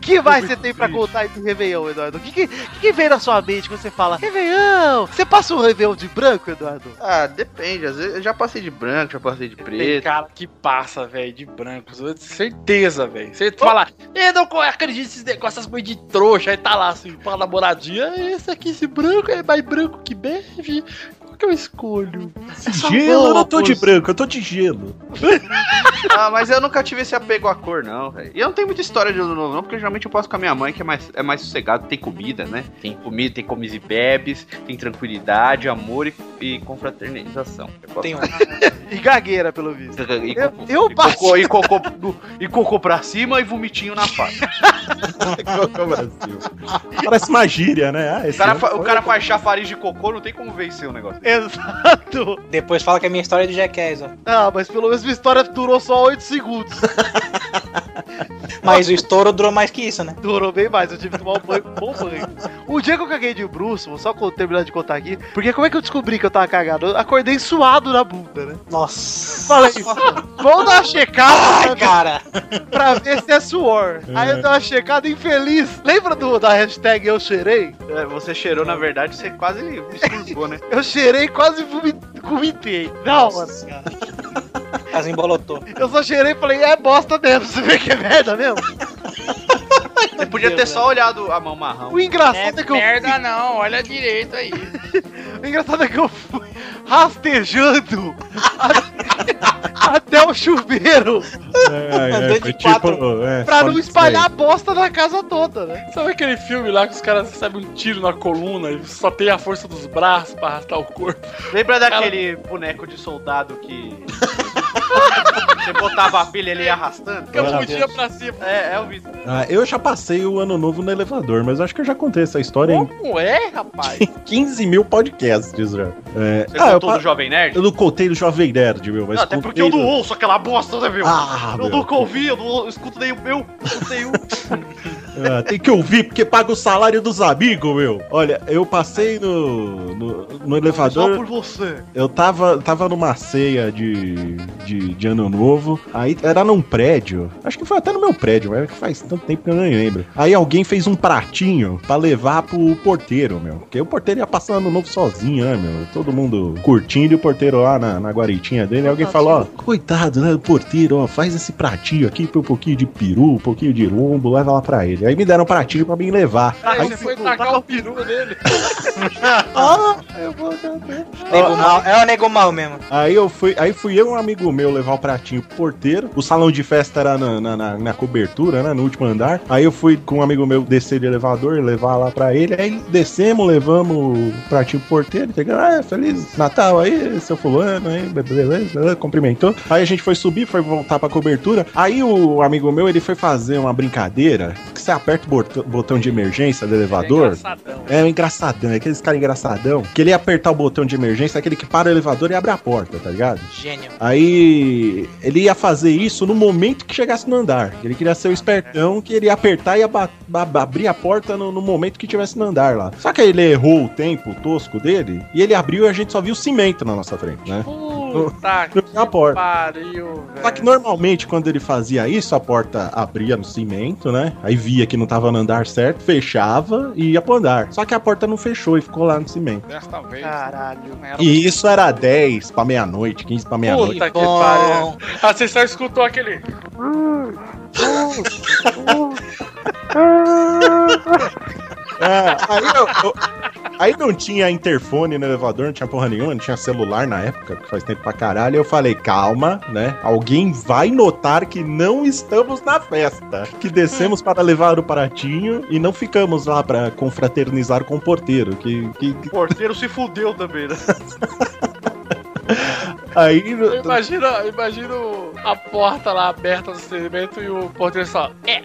Speaker 2: que mais você tem pra contar aí do Réveillon, Eduardo? O que, que, que que vem na sua mente quando você fala Réveillon? Você passa o Réveillon de branco, Eduardo?
Speaker 6: Ah, depende. Às vezes eu já passei de branco, já passei de
Speaker 3: Tem
Speaker 6: preto.
Speaker 3: cara que passa, velho, de branco. Certeza, velho. Você fala, eu não co- acredito nesses negócios, essas coisas de trouxa. Aí tá lá, assim, pra namoradinha. "Ah, Esse aqui, esse branco, é mais branco que bege. Qual que eu escolho?
Speaker 4: Gelo, eu não tô de branco, eu tô de gelo.
Speaker 6: Ah, mas eu nunca tive esse apego à cor, não, velho. E eu não tenho muita história de ano novo, não, porque geralmente eu passo com a minha mãe, que é mais, é mais sossegado, tem comida, né? Tem comida, tem comes e bebes, tem tranquilidade, amor e, e confraternização. Eu posso-
Speaker 5: Tem um.
Speaker 2: E gagueira, pelo visto.
Speaker 6: E
Speaker 2: Eu-
Speaker 6: cocô,
Speaker 2: eu
Speaker 6: e
Speaker 2: passo.
Speaker 6: cocô, e cocô, no- e cocô pra cima e vomitinho na face.
Speaker 4: Coca Brasil. Parece uma gíria, né? Ah,
Speaker 6: O
Speaker 4: esse
Speaker 6: cara,
Speaker 4: ano
Speaker 6: fa- o
Speaker 4: foi-
Speaker 6: cara faz chafariz de cocô, não tem como vencer o negócio.
Speaker 2: Exato.
Speaker 5: Depois fala que a minha história é do Jackass, ó.
Speaker 2: Ah, mas pelo menos minha história durou só 8 segundos.
Speaker 5: Mas o estouro durou mais que isso, né?
Speaker 2: Durou bem mais, eu tive que tomar um banho, um bom banho. O dia que eu caguei de bruxo, vou só co- terminar de contar aqui, porque como é que eu descobri que eu tava cagado? Eu acordei suado na bunda, né?
Speaker 5: Nossa.
Speaker 2: Falei, vou dar uma checada pra,
Speaker 5: Cara,
Speaker 2: pra ver se é suor. Aí eu dei uma checada infeliz. Lembra do, da hashtag eu cheirei?
Speaker 6: É, você cheirou, na verdade, você quase escurgou, né?
Speaker 2: Eu cheirei e quase vomi- vomitei. Não, mano.
Speaker 5: quase embolotou.
Speaker 2: Eu só cheirei e falei, é bosta mesmo, você vê que é merda mesmo?
Speaker 6: Você podia ter só olhado a mão marrão.
Speaker 2: O engraçado é, que eu
Speaker 7: Merda não, olha direito aí.
Speaker 2: O engraçado é que eu fui rastejando [laughs] a- até o chuveiro
Speaker 4: É, é,
Speaker 5: Andou
Speaker 4: foi
Speaker 5: de quatro
Speaker 4: tipo, é,
Speaker 2: pra
Speaker 4: só
Speaker 2: não
Speaker 4: isso
Speaker 2: espalhar a
Speaker 4: aí.
Speaker 2: bosta na casa toda, né?
Speaker 3: Sabe aquele filme lá que os caras recebem um tiro na coluna e só tem a força dos braços pra arrastar o corpo?
Speaker 6: Lembra daquele boneco de soldado que. você botava a pilha ali arrastando?
Speaker 3: Que eu
Speaker 4: Ah,
Speaker 3: podia pra cima.
Speaker 6: É, é o vídeo.
Speaker 4: Ah, eu já passei o ano novo no elevador, mas eu acho que eu já contei essa história em
Speaker 3: Como é, rapaz?
Speaker 4: 15 mil podcasts já. É,
Speaker 6: Você
Speaker 4: ah, eu,
Speaker 6: contou
Speaker 4: pa-
Speaker 6: do Jovem Nerd?
Speaker 4: eu não contei do Jovem Nerd, meu, mas.
Speaker 6: Não, até
Speaker 4: contei
Speaker 6: porque eu não
Speaker 4: do-
Speaker 6: ouço aquela bosta, né, meu?
Speaker 4: Ah,
Speaker 6: eu
Speaker 4: meu.
Speaker 6: nunca ouvi, eu não escuto nem o meu, não sei o.
Speaker 4: Ah, tem que ouvir, porque paga o salário dos amigos, meu. Olha, eu passei no, no, no
Speaker 2: Só
Speaker 4: elevador,
Speaker 2: por você.
Speaker 4: eu tava, tava numa ceia de, de, de ano novo, aí era num prédio, acho que foi até no meu prédio, mas faz tanto tempo que eu nem lembro. Aí alguém fez um pratinho pra levar pro porteiro, meu. Porque o porteiro ia passar ano novo sozinho, né, meu? Todo mundo curtindo e o porteiro lá na, na guaritinha dele, alguém falou, ó, coitado, né, do porteiro, ó, faz esse pratinho aqui, põe um pouquinho de peru, um pouquinho de lombo, leva lá pra ele. Aí me deram um pratinho pra mim levar.
Speaker 3: Aí
Speaker 4: Aí
Speaker 3: Ah, você
Speaker 4: você um
Speaker 3: foi tacar o peru nele.
Speaker 4: Ah, eu vou dar
Speaker 5: Nego mal. É o nego mal mesmo.
Speaker 4: Aí eu fui, aí fui eu e um amigo meu levar o pratinho pro porteiro. O salão de festa era na, na, na- na cobertura, né? No último andar. Aí eu fui com um amigo meu descer de elevador, levar lá pra ele. Aí descemos, levamos o pratinho pro porteiro. Chegando, ah, feliz Natal aí, seu fulano aí, be- beleza, beleza, cumprimentou. Aí a gente foi subir, foi voltar pra cobertura. Aí o amigo meu, ele foi fazer uma brincadeira. Que você aperta o botão- botão de emergência do elevador. É um engraçadão, é aqueles caras engraçadão. Que ele ia apertar o botão de emergência, é aquele que para o elevador e abre a porta, tá ligado?
Speaker 5: Gênio.
Speaker 4: Aí ele ia fazer isso no momento que chegasse no andar. Ele queria ser o espertão que ele ia apertar e ia ba- ba- ba- abrir a porta no, no momento que tivesse no andar lá. Só que aí ele errou o tempo tosco dele e ele abriu e a gente só viu cimento na nossa frente, né?
Speaker 3: Puta
Speaker 4: Não tinha porta.
Speaker 3: pariu,
Speaker 4: Só que normalmente quando ele fazia isso, a porta abria no cimento, né? Aí via que não tava no andar certo, fechava e ia pro andar. Só que a porta não fechou e ficou lá no cimento.
Speaker 3: Desta vez.
Speaker 6: Ah,
Speaker 2: Caralho.
Speaker 3: não era-
Speaker 4: E isso era 10 pra meia-noite, 15 pra meia-noite.
Speaker 3: Puta que
Speaker 5: Bom.
Speaker 3: pariu. Ah, você só escutou aquele.
Speaker 4: É, aí eu, eu- Aí não tinha interfone no elevador, não tinha porra nenhuma, não tinha celular na época, que faz tempo pra caralho. Eu falei, calma, né? Alguém vai notar que não estamos na festa. Que descemos para levar o pratinho e não ficamos lá pra confraternizar com o porteiro. Que, que- que-
Speaker 2: O porteiro se fudeu também, né?
Speaker 4: Aí.
Speaker 3: Imagina, imagina o- a porta lá aberta do experimento e o porteiro só. É!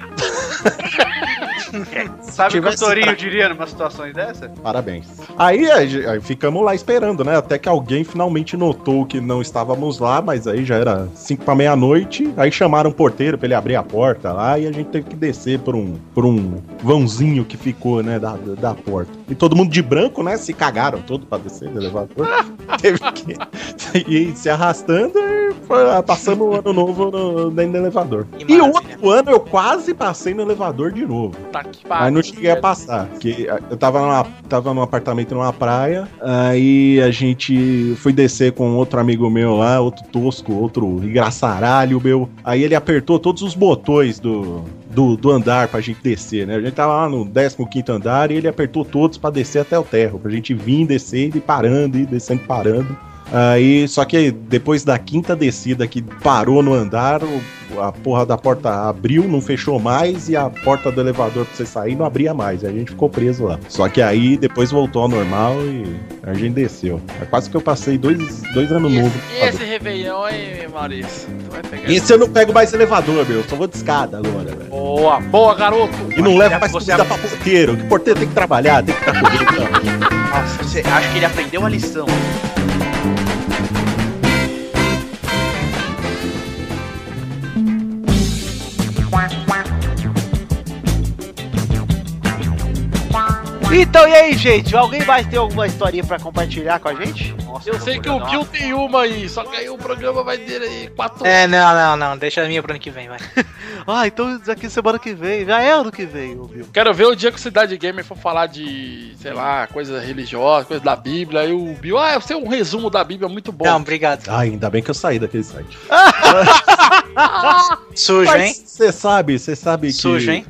Speaker 2: Sabe o que o
Speaker 4: Tivesse
Speaker 2: Torinho diria numa situação dessa?
Speaker 4: Parabéns. Aí, a ge- aí ficamos lá esperando, né? Até que alguém finalmente notou que não estávamos lá, mas aí já era 5 para meia-noite. Aí chamaram o porteiro pra ele abrir a porta lá e a gente teve que descer por um, por um vãozinho que ficou, né, da, da da porta. E todo mundo de branco, né? Se cagaram todo pra descer
Speaker 5: [laughs]
Speaker 4: do elevador. teve que [laughs] ir se arrastando e foi lá, passamos o ano novo no, dentro do elevador.
Speaker 5: Que
Speaker 4: E
Speaker 5: maravilha.
Speaker 4: outro ano eu quase passei no elevador de novo.
Speaker 3: Tá que
Speaker 4: Mas não cheguei a passar, porque eu tava, numa, tava num apartamento numa praia, aí a gente foi descer com outro amigo meu lá, outro tosco, outro engraçaralho meu. Aí ele apertou todos os botões do, do, do andar pra gente descer, né? A gente tava lá no 15 andar e ele apertou todos pra descer até o térreo, pra gente vir descendo e parando, e descendo e parando. Aí, só que depois da quinta descida que parou no andar, o a porra da porta abriu, não fechou mais e a porta do elevador pra você sair não abria mais. E a gente ficou preso lá. Só que aí depois voltou ao normal e a gente desceu. É quase que eu passei dois, dois anos
Speaker 3: E
Speaker 4: novos.
Speaker 3: esse, e esse Réveillon, hein, Maurício? Tu vai pegar.
Speaker 4: Isso eu não pego mais elevador, meu. Só vou de escada agora, velho.
Speaker 3: Boa, boa, garoto!
Speaker 4: E não levo mais comida pra porteiro. Que porteiro tem que trabalhar, tem que estar correndo.
Speaker 6: Nossa, você acha que ele aprendeu a lição?
Speaker 2: Então, e aí, gente? Alguém mais tem alguma historinha pra compartilhar com a gente? Nossa,
Speaker 3: Eu sei que o Bill tem uma aí, só que aí o programa vai ter aí quatro.
Speaker 5: É, não, não, não. Deixa a minha pro ano que vem, vai.
Speaker 2: Ah, então daqui semana que vem. Já é ano que vem, ô
Speaker 3: [laughs]
Speaker 2: Bill.
Speaker 3: Quero ver o dia que o Cidade Gamer for falar de, sei lá, coisa religiosa, coisa da Bíblia, aí o Bill, ah, eu sei um resumo da Bíblia muito bom.
Speaker 5: Não, obrigado.
Speaker 4: Ah, ainda bem que eu saí daquele site.
Speaker 5: Sujo, hein?
Speaker 4: Você sabe, você sabe que.
Speaker 5: Sujo, hein?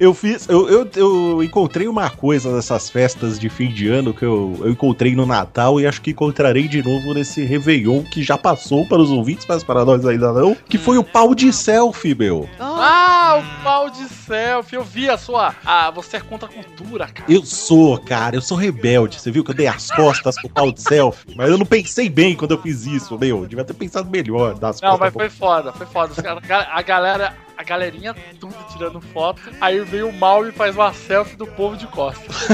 Speaker 4: Eu fiz. Eu, eu, eu encontrei uma coisa nessas festas de fim de ano que eu, eu encontrei no Natal e acho que encontrarei de novo nesse Réveillon que já passou para os ouvintes, mas para nós ainda não. Que foi o pau de selfie, meu.
Speaker 3: Ah, o pau de selfie, eu vi a sua. Ah, você é contra a cultura, cara.
Speaker 4: Eu sou, cara, eu sou rebelde. Você viu que eu dei as costas pro pau de selfie? Mas eu não pensei bem quando eu fiz isso, meu. Eu devia ter pensado melhor das
Speaker 5: Tá
Speaker 3: Não,
Speaker 4: costas.
Speaker 3: mas
Speaker 4: pro-
Speaker 3: foi foda, foi foda. Os cara- A galera, a galerinha tudo tirando foto, aí veio o mal e faz uma selfie do povo de costas.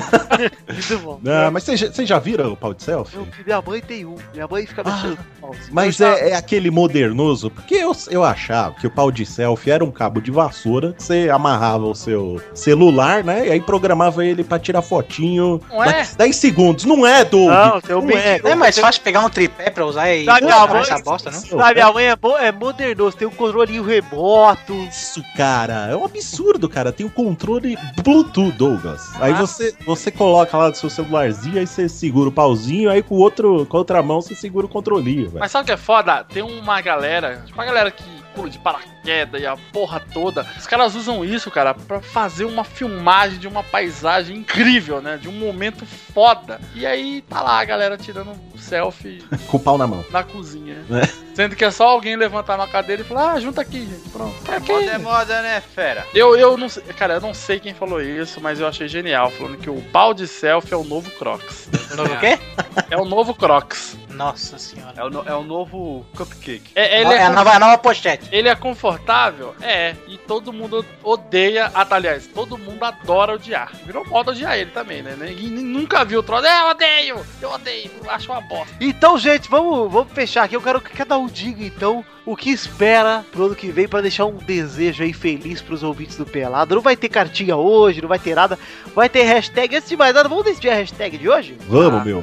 Speaker 2: Muito é bom.
Speaker 4: Não, mas vocês já- vocês já viram o pau de selfie?
Speaker 2: Meu, minha mãe tem um. Minha mãe fica mexendo no mouse.
Speaker 4: Mas
Speaker 2: Eu já-
Speaker 4: é, é aquele modernoso, porque eu, eu achava que o pau de selfie era um cabo de vassoura, que você amarrava o seu celular, né? E aí programava ele pra tirar fotinho.
Speaker 3: Não é?
Speaker 4: daqui 10 segundos. Não é, Doug!
Speaker 2: Não, né, seu
Speaker 4: Não é.
Speaker 2: mentiroso.
Speaker 5: É mais fácil pegar um tripé pra usar e
Speaker 2: Tá, minha
Speaker 5: colocar
Speaker 2: mãe-
Speaker 5: essa bosta, não?
Speaker 2: Ah, minha mãe é, bo- é modernoso, tem um controlinho remoto.
Speaker 4: Isso, cara, é um absurdo, cara. Tem o controle Bluetooth, Douglas. Aí você, você coloca lá no seu celularzinho, aí você segura o pauzinho, aí com, o outro, com a outra mão você segura o controlinho, velho.
Speaker 3: Mas sabe o que é foda? Tem uma galera, tipo, uma galera que pula de paraquedas e a porra toda. Os caras usam isso, cara, pra fazer uma filmagem de uma paisagem incrível, né? De um momento foda. E aí tá lá a galera tirando
Speaker 5: [laughs]
Speaker 3: selfie
Speaker 4: Com o pau na mão.
Speaker 3: na cozinha.
Speaker 5: Né?
Speaker 3: Sendo que é só alguém levantar uma cadeira e falar, ah, junta aqui, gente. Pronto. Pra quê?
Speaker 6: Moda é moda, né, fera?
Speaker 3: Eu, eu não sei, cara, eu não sei quem falou isso, mas eu achei genial, falando que o pau de selfie é o novo Crocs.
Speaker 5: Novo o quê?
Speaker 3: É o novo Crocs.
Speaker 5: Nossa senhora.
Speaker 6: É o, no- é o novo cupcake.
Speaker 3: É, ele
Speaker 5: É
Speaker 3: é,
Speaker 5: a nova, a nova pochete.
Speaker 3: Ele é confortável? É. E todo mundo odeia. ah, tá, Aliás, todo mundo adora odiar. Virou moda odiar ele também, né? Ninguém nunca viu o troll. É, eu odeio! Eu odeio! eu Acho uma bosta.
Speaker 2: Então, gente, vamos, vamos fechar aqui. Eu quero que cada um diga, então, o que espera pro ano que vem pra deixar um desejo aí feliz pros ouvintes do Pelado. Não vai ter cartinha hoje, não vai ter nada. Vai ter hashtag. Antes de mais nada, vamos decidir a hashtag de hoje?
Speaker 4: Vamos, meu.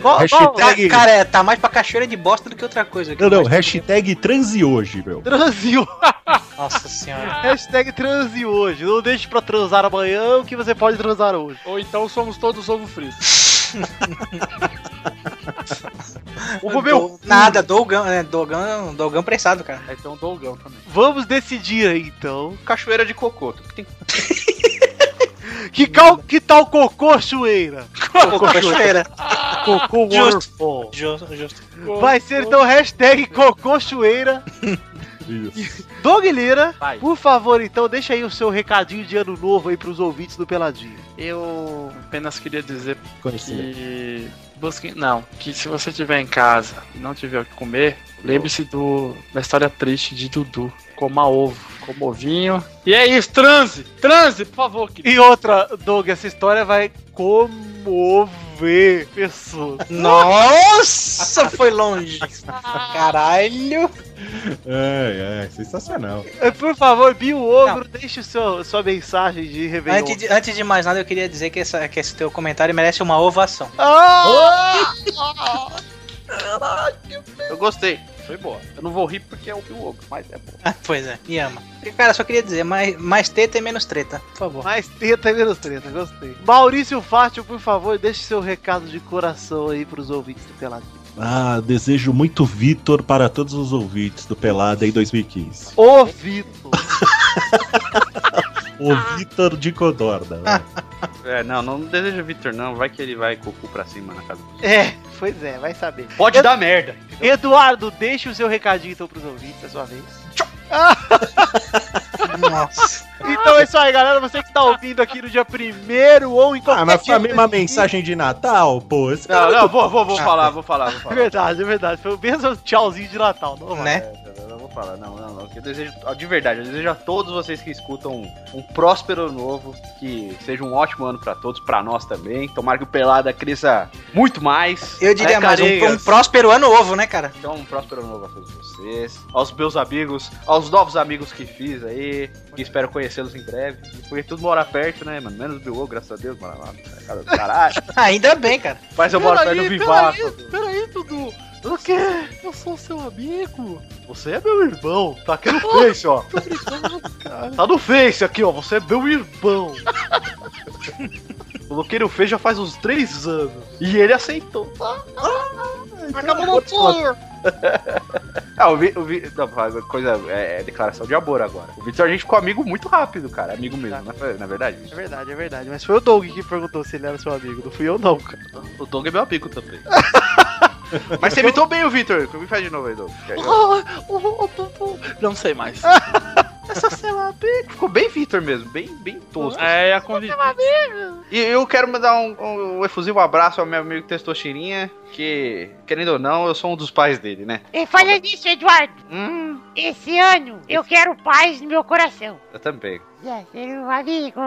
Speaker 2: Qual- qual-
Speaker 5: Tá,
Speaker 4: Hashtag-
Speaker 5: cara, é, tá mais pra cachoeira de bosta do que outra coisa.
Speaker 4: Não, não, hashtag transe hoje, meu.
Speaker 2: Transe hoje.
Speaker 5: Nossa
Speaker 2: [laughs]
Speaker 5: senhora.
Speaker 2: Hashtag transe hoje. Não deixe pra transar amanhã o que você pode transar hoje.
Speaker 3: Ou então somos todos ovo frito.
Speaker 2: Ovo
Speaker 5: Então-
Speaker 2: meu.
Speaker 5: Nada, Dogão, né? Dogão, Dogão pressado,
Speaker 3: [laughs]
Speaker 5: cara.
Speaker 3: É, então Dolgão também.
Speaker 2: Vamos decidir aí, então.
Speaker 6: Cachoeira de cocô. Tem-
Speaker 2: Que, cal, que tal cocô chueira?
Speaker 5: Cocochoeira.
Speaker 2: Cocô
Speaker 5: Justo.
Speaker 2: waterfall.
Speaker 5: Justo, justo.
Speaker 2: Vai ser então hashtag cocô chueira.
Speaker 4: Isso.
Speaker 2: Doug Lira,
Speaker 3: Vai.
Speaker 2: por favor, então, deixa aí o seu recadinho de ano novo aí pros ouvintes do Peladinho.
Speaker 3: Eu apenas queria dizer
Speaker 4: Conheci.
Speaker 3: que. Busquem. Não, que se você estiver em casa e não tiver o que comer, lembre-se do da história triste de Dudu. Coma ovo, coma ovinho. E é isso, transe! Transe, por favor, querido.
Speaker 2: E outra, Doug, essa história vai comover pessoas.
Speaker 5: Nossa, [laughs] foi longe. Caralho.
Speaker 4: É, é, sensacional.
Speaker 2: Eh, Por favor, Bio Ogro, deixe o seu, sua mensagem de Réveillon.
Speaker 5: Antes de, antes de mais nada, eu queria dizer que, essa- que esse teu comentário merece uma ovação.
Speaker 2: Ah!
Speaker 6: Eu gostei.
Speaker 3: Foi boa. Eu não vou rir porque é o meu ovo, mas é bom.
Speaker 5: Ah, Pois é, me ama. Cara, só queria dizer, mais, mais teta e menos treta, por favor.
Speaker 2: Mais teta e menos treta, gostei. Maurício Fátio, por favor, deixe seu recado de coração aí pros ouvintes do Peladinho.
Speaker 4: Ah, desejo muito Vitor para todos os ouvintes do Pelada em 2015.
Speaker 2: Ô, Vitor!
Speaker 4: O
Speaker 2: Ah.
Speaker 4: Vitor de Codorna. velho.
Speaker 6: É, não, não deseja o Victor, não. Vai que ele vai com o cu pra cima na casa.
Speaker 2: É, pois é, vai saber.
Speaker 6: Pode
Speaker 2: Eu-
Speaker 6: dar merda.
Speaker 2: Eduardo, deixe o seu recadinho então pros ouvintes, a sua vez.
Speaker 5: Nossa.
Speaker 2: Então é isso aí, galera. Você que tá ouvindo aqui no dia primeiro ou em qualquer
Speaker 4: Ah, mas
Speaker 2: dia
Speaker 4: foi a mesma
Speaker 2: desse-
Speaker 4: mensagem de Natal, pô. Esse
Speaker 6: Não,
Speaker 4: cara-
Speaker 6: não, vou, vou,
Speaker 4: Ah,
Speaker 6: vou
Speaker 4: tá.
Speaker 6: falar, vou falar, vou
Speaker 2: É
Speaker 6: falar.
Speaker 2: verdade, é verdade. Foi o mesmo tchauzinho de Natal, não?
Speaker 5: Né?
Speaker 6: É, Eu não vou falar, não, não, não. que Eu desejo, ó, de verdade, eu desejo a todos vocês que escutam um próspero ano novo, que seja um ótimo ano pra todos, pra nós também. Tomara que o Pelada cresça muito mais.
Speaker 5: Eu diria
Speaker 6: Né,
Speaker 5: mais, um, um
Speaker 6: Caregas?
Speaker 5: próspero ano ovo, né, cara?
Speaker 6: Então, um próspero ano novo a todos vocês, aos meus amigos, aos novos amigos que fiz aí, que espero conhecê-los em breve. Porque tudo mora perto, né, mano? Menos o Bilô, graças a Deus, mora lá. Cara, do Caralho.
Speaker 5: Ainda bem, cara.
Speaker 6: Mas eu moro perto do Vivaco.
Speaker 2: peraí, Dudu. O quê? Eu sou seu amigo. Você é meu irmão. Tá aqui no Face, ó. Tá no Face aqui, ó. Você é meu irmão. Coloquei no Face já faz uns três anos. E ele aceitou.
Speaker 7: Acabou no sonho.
Speaker 6: Ah, o Vi, o Vi, não, coisa, é, é declaração de amor agora. O Vitor a gente ficou amigo muito rápido, cara. Amigo mesmo, né? na verdade.
Speaker 2: É verdade, é verdade. Mas foi o Doug que perguntou se ele era seu amigo. Não fui eu, não, cara.
Speaker 6: O Doug é meu amigo também. [laughs] Mas você imitou bem o Vitor. Me faz de novo aí, Doug. Ah,
Speaker 3: Não sei mais.
Speaker 6: Essa cena bem- Ficou bem Vitor mesmo, bem, bem tosco.
Speaker 3: É a convivência.
Speaker 6: E eu quero mandar um, um- um efusivo abraço ao meu amigo Testosterinha, que, querendo ou não, eu sou um dos pais dele, né?
Speaker 10: E falando nisso, Eduardo,
Speaker 6: Hum,
Speaker 10: esse ano eu quero paz no meu coração.
Speaker 6: eu também.
Speaker 10: Ia ser um amigo,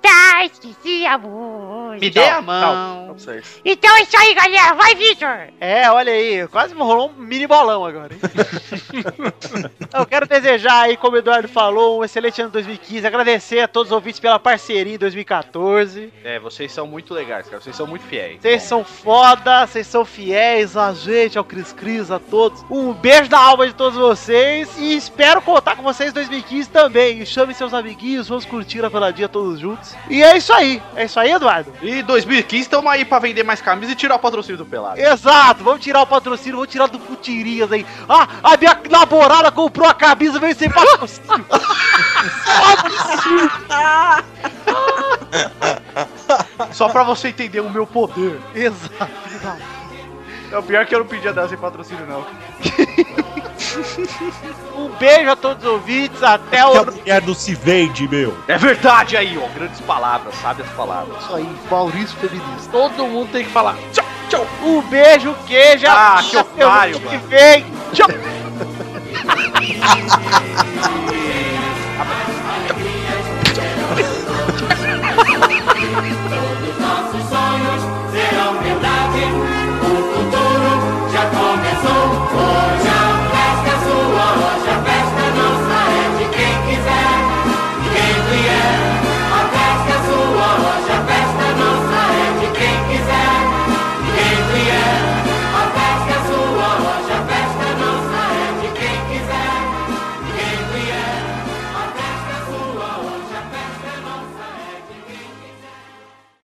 Speaker 10: tá? Esqueci amor.
Speaker 6: Me dê a mão.
Speaker 3: Vocês.
Speaker 10: Então é isso aí, galera. Vai, Victor!
Speaker 2: É, olha aí, quase rolou um mini bolão agora,
Speaker 6: [laughs]
Speaker 2: hein? Eu quero desejar aí, como o Eduardo falou, um excelente ano 2015. Agradecer a todos os ouvintes pela parceria em 2014.
Speaker 6: É, vocês são muito legais, cara. Vocês são muito fiéis.
Speaker 2: Vocês são foda, vocês são fiéis a gente, ao Cris Cris, a todos. Um beijo da alma de todos vocês e espero contar com vocês em 2015 também. E chame seus amiguinhos, vamos curtir a peladinha todos juntos. E é isso aí, é isso aí, Eduardo.
Speaker 6: E 2015 estamos aí pra vender mais camisas e tirar o patrocínio do Pelado.
Speaker 2: Exato, vamos tirar o patrocínio, vamos tirar do Putirias aí. Ah, a minha namorada comprou a camisa, veio sem patrocínio.
Speaker 6: Só pra você entender o meu poder.
Speaker 2: Exato.
Speaker 6: É o pior que eu não pedi a dar sem patrocínio, não.
Speaker 2: Um beijo a todos os ouvintes, até
Speaker 4: Que a
Speaker 2: o.
Speaker 4: mulher é do Civeide, meu.
Speaker 6: É verdade aí, ó. Grandes palavras, sabe as palavras.
Speaker 2: Isso aí, Maurício Feminista.
Speaker 3: Todo mundo tem que falar.
Speaker 2: Um beijo, queijo,
Speaker 6: Ah,
Speaker 2: até
Speaker 6: que otário,
Speaker 2: semana que
Speaker 6: mano.
Speaker 2: vem. Tchau.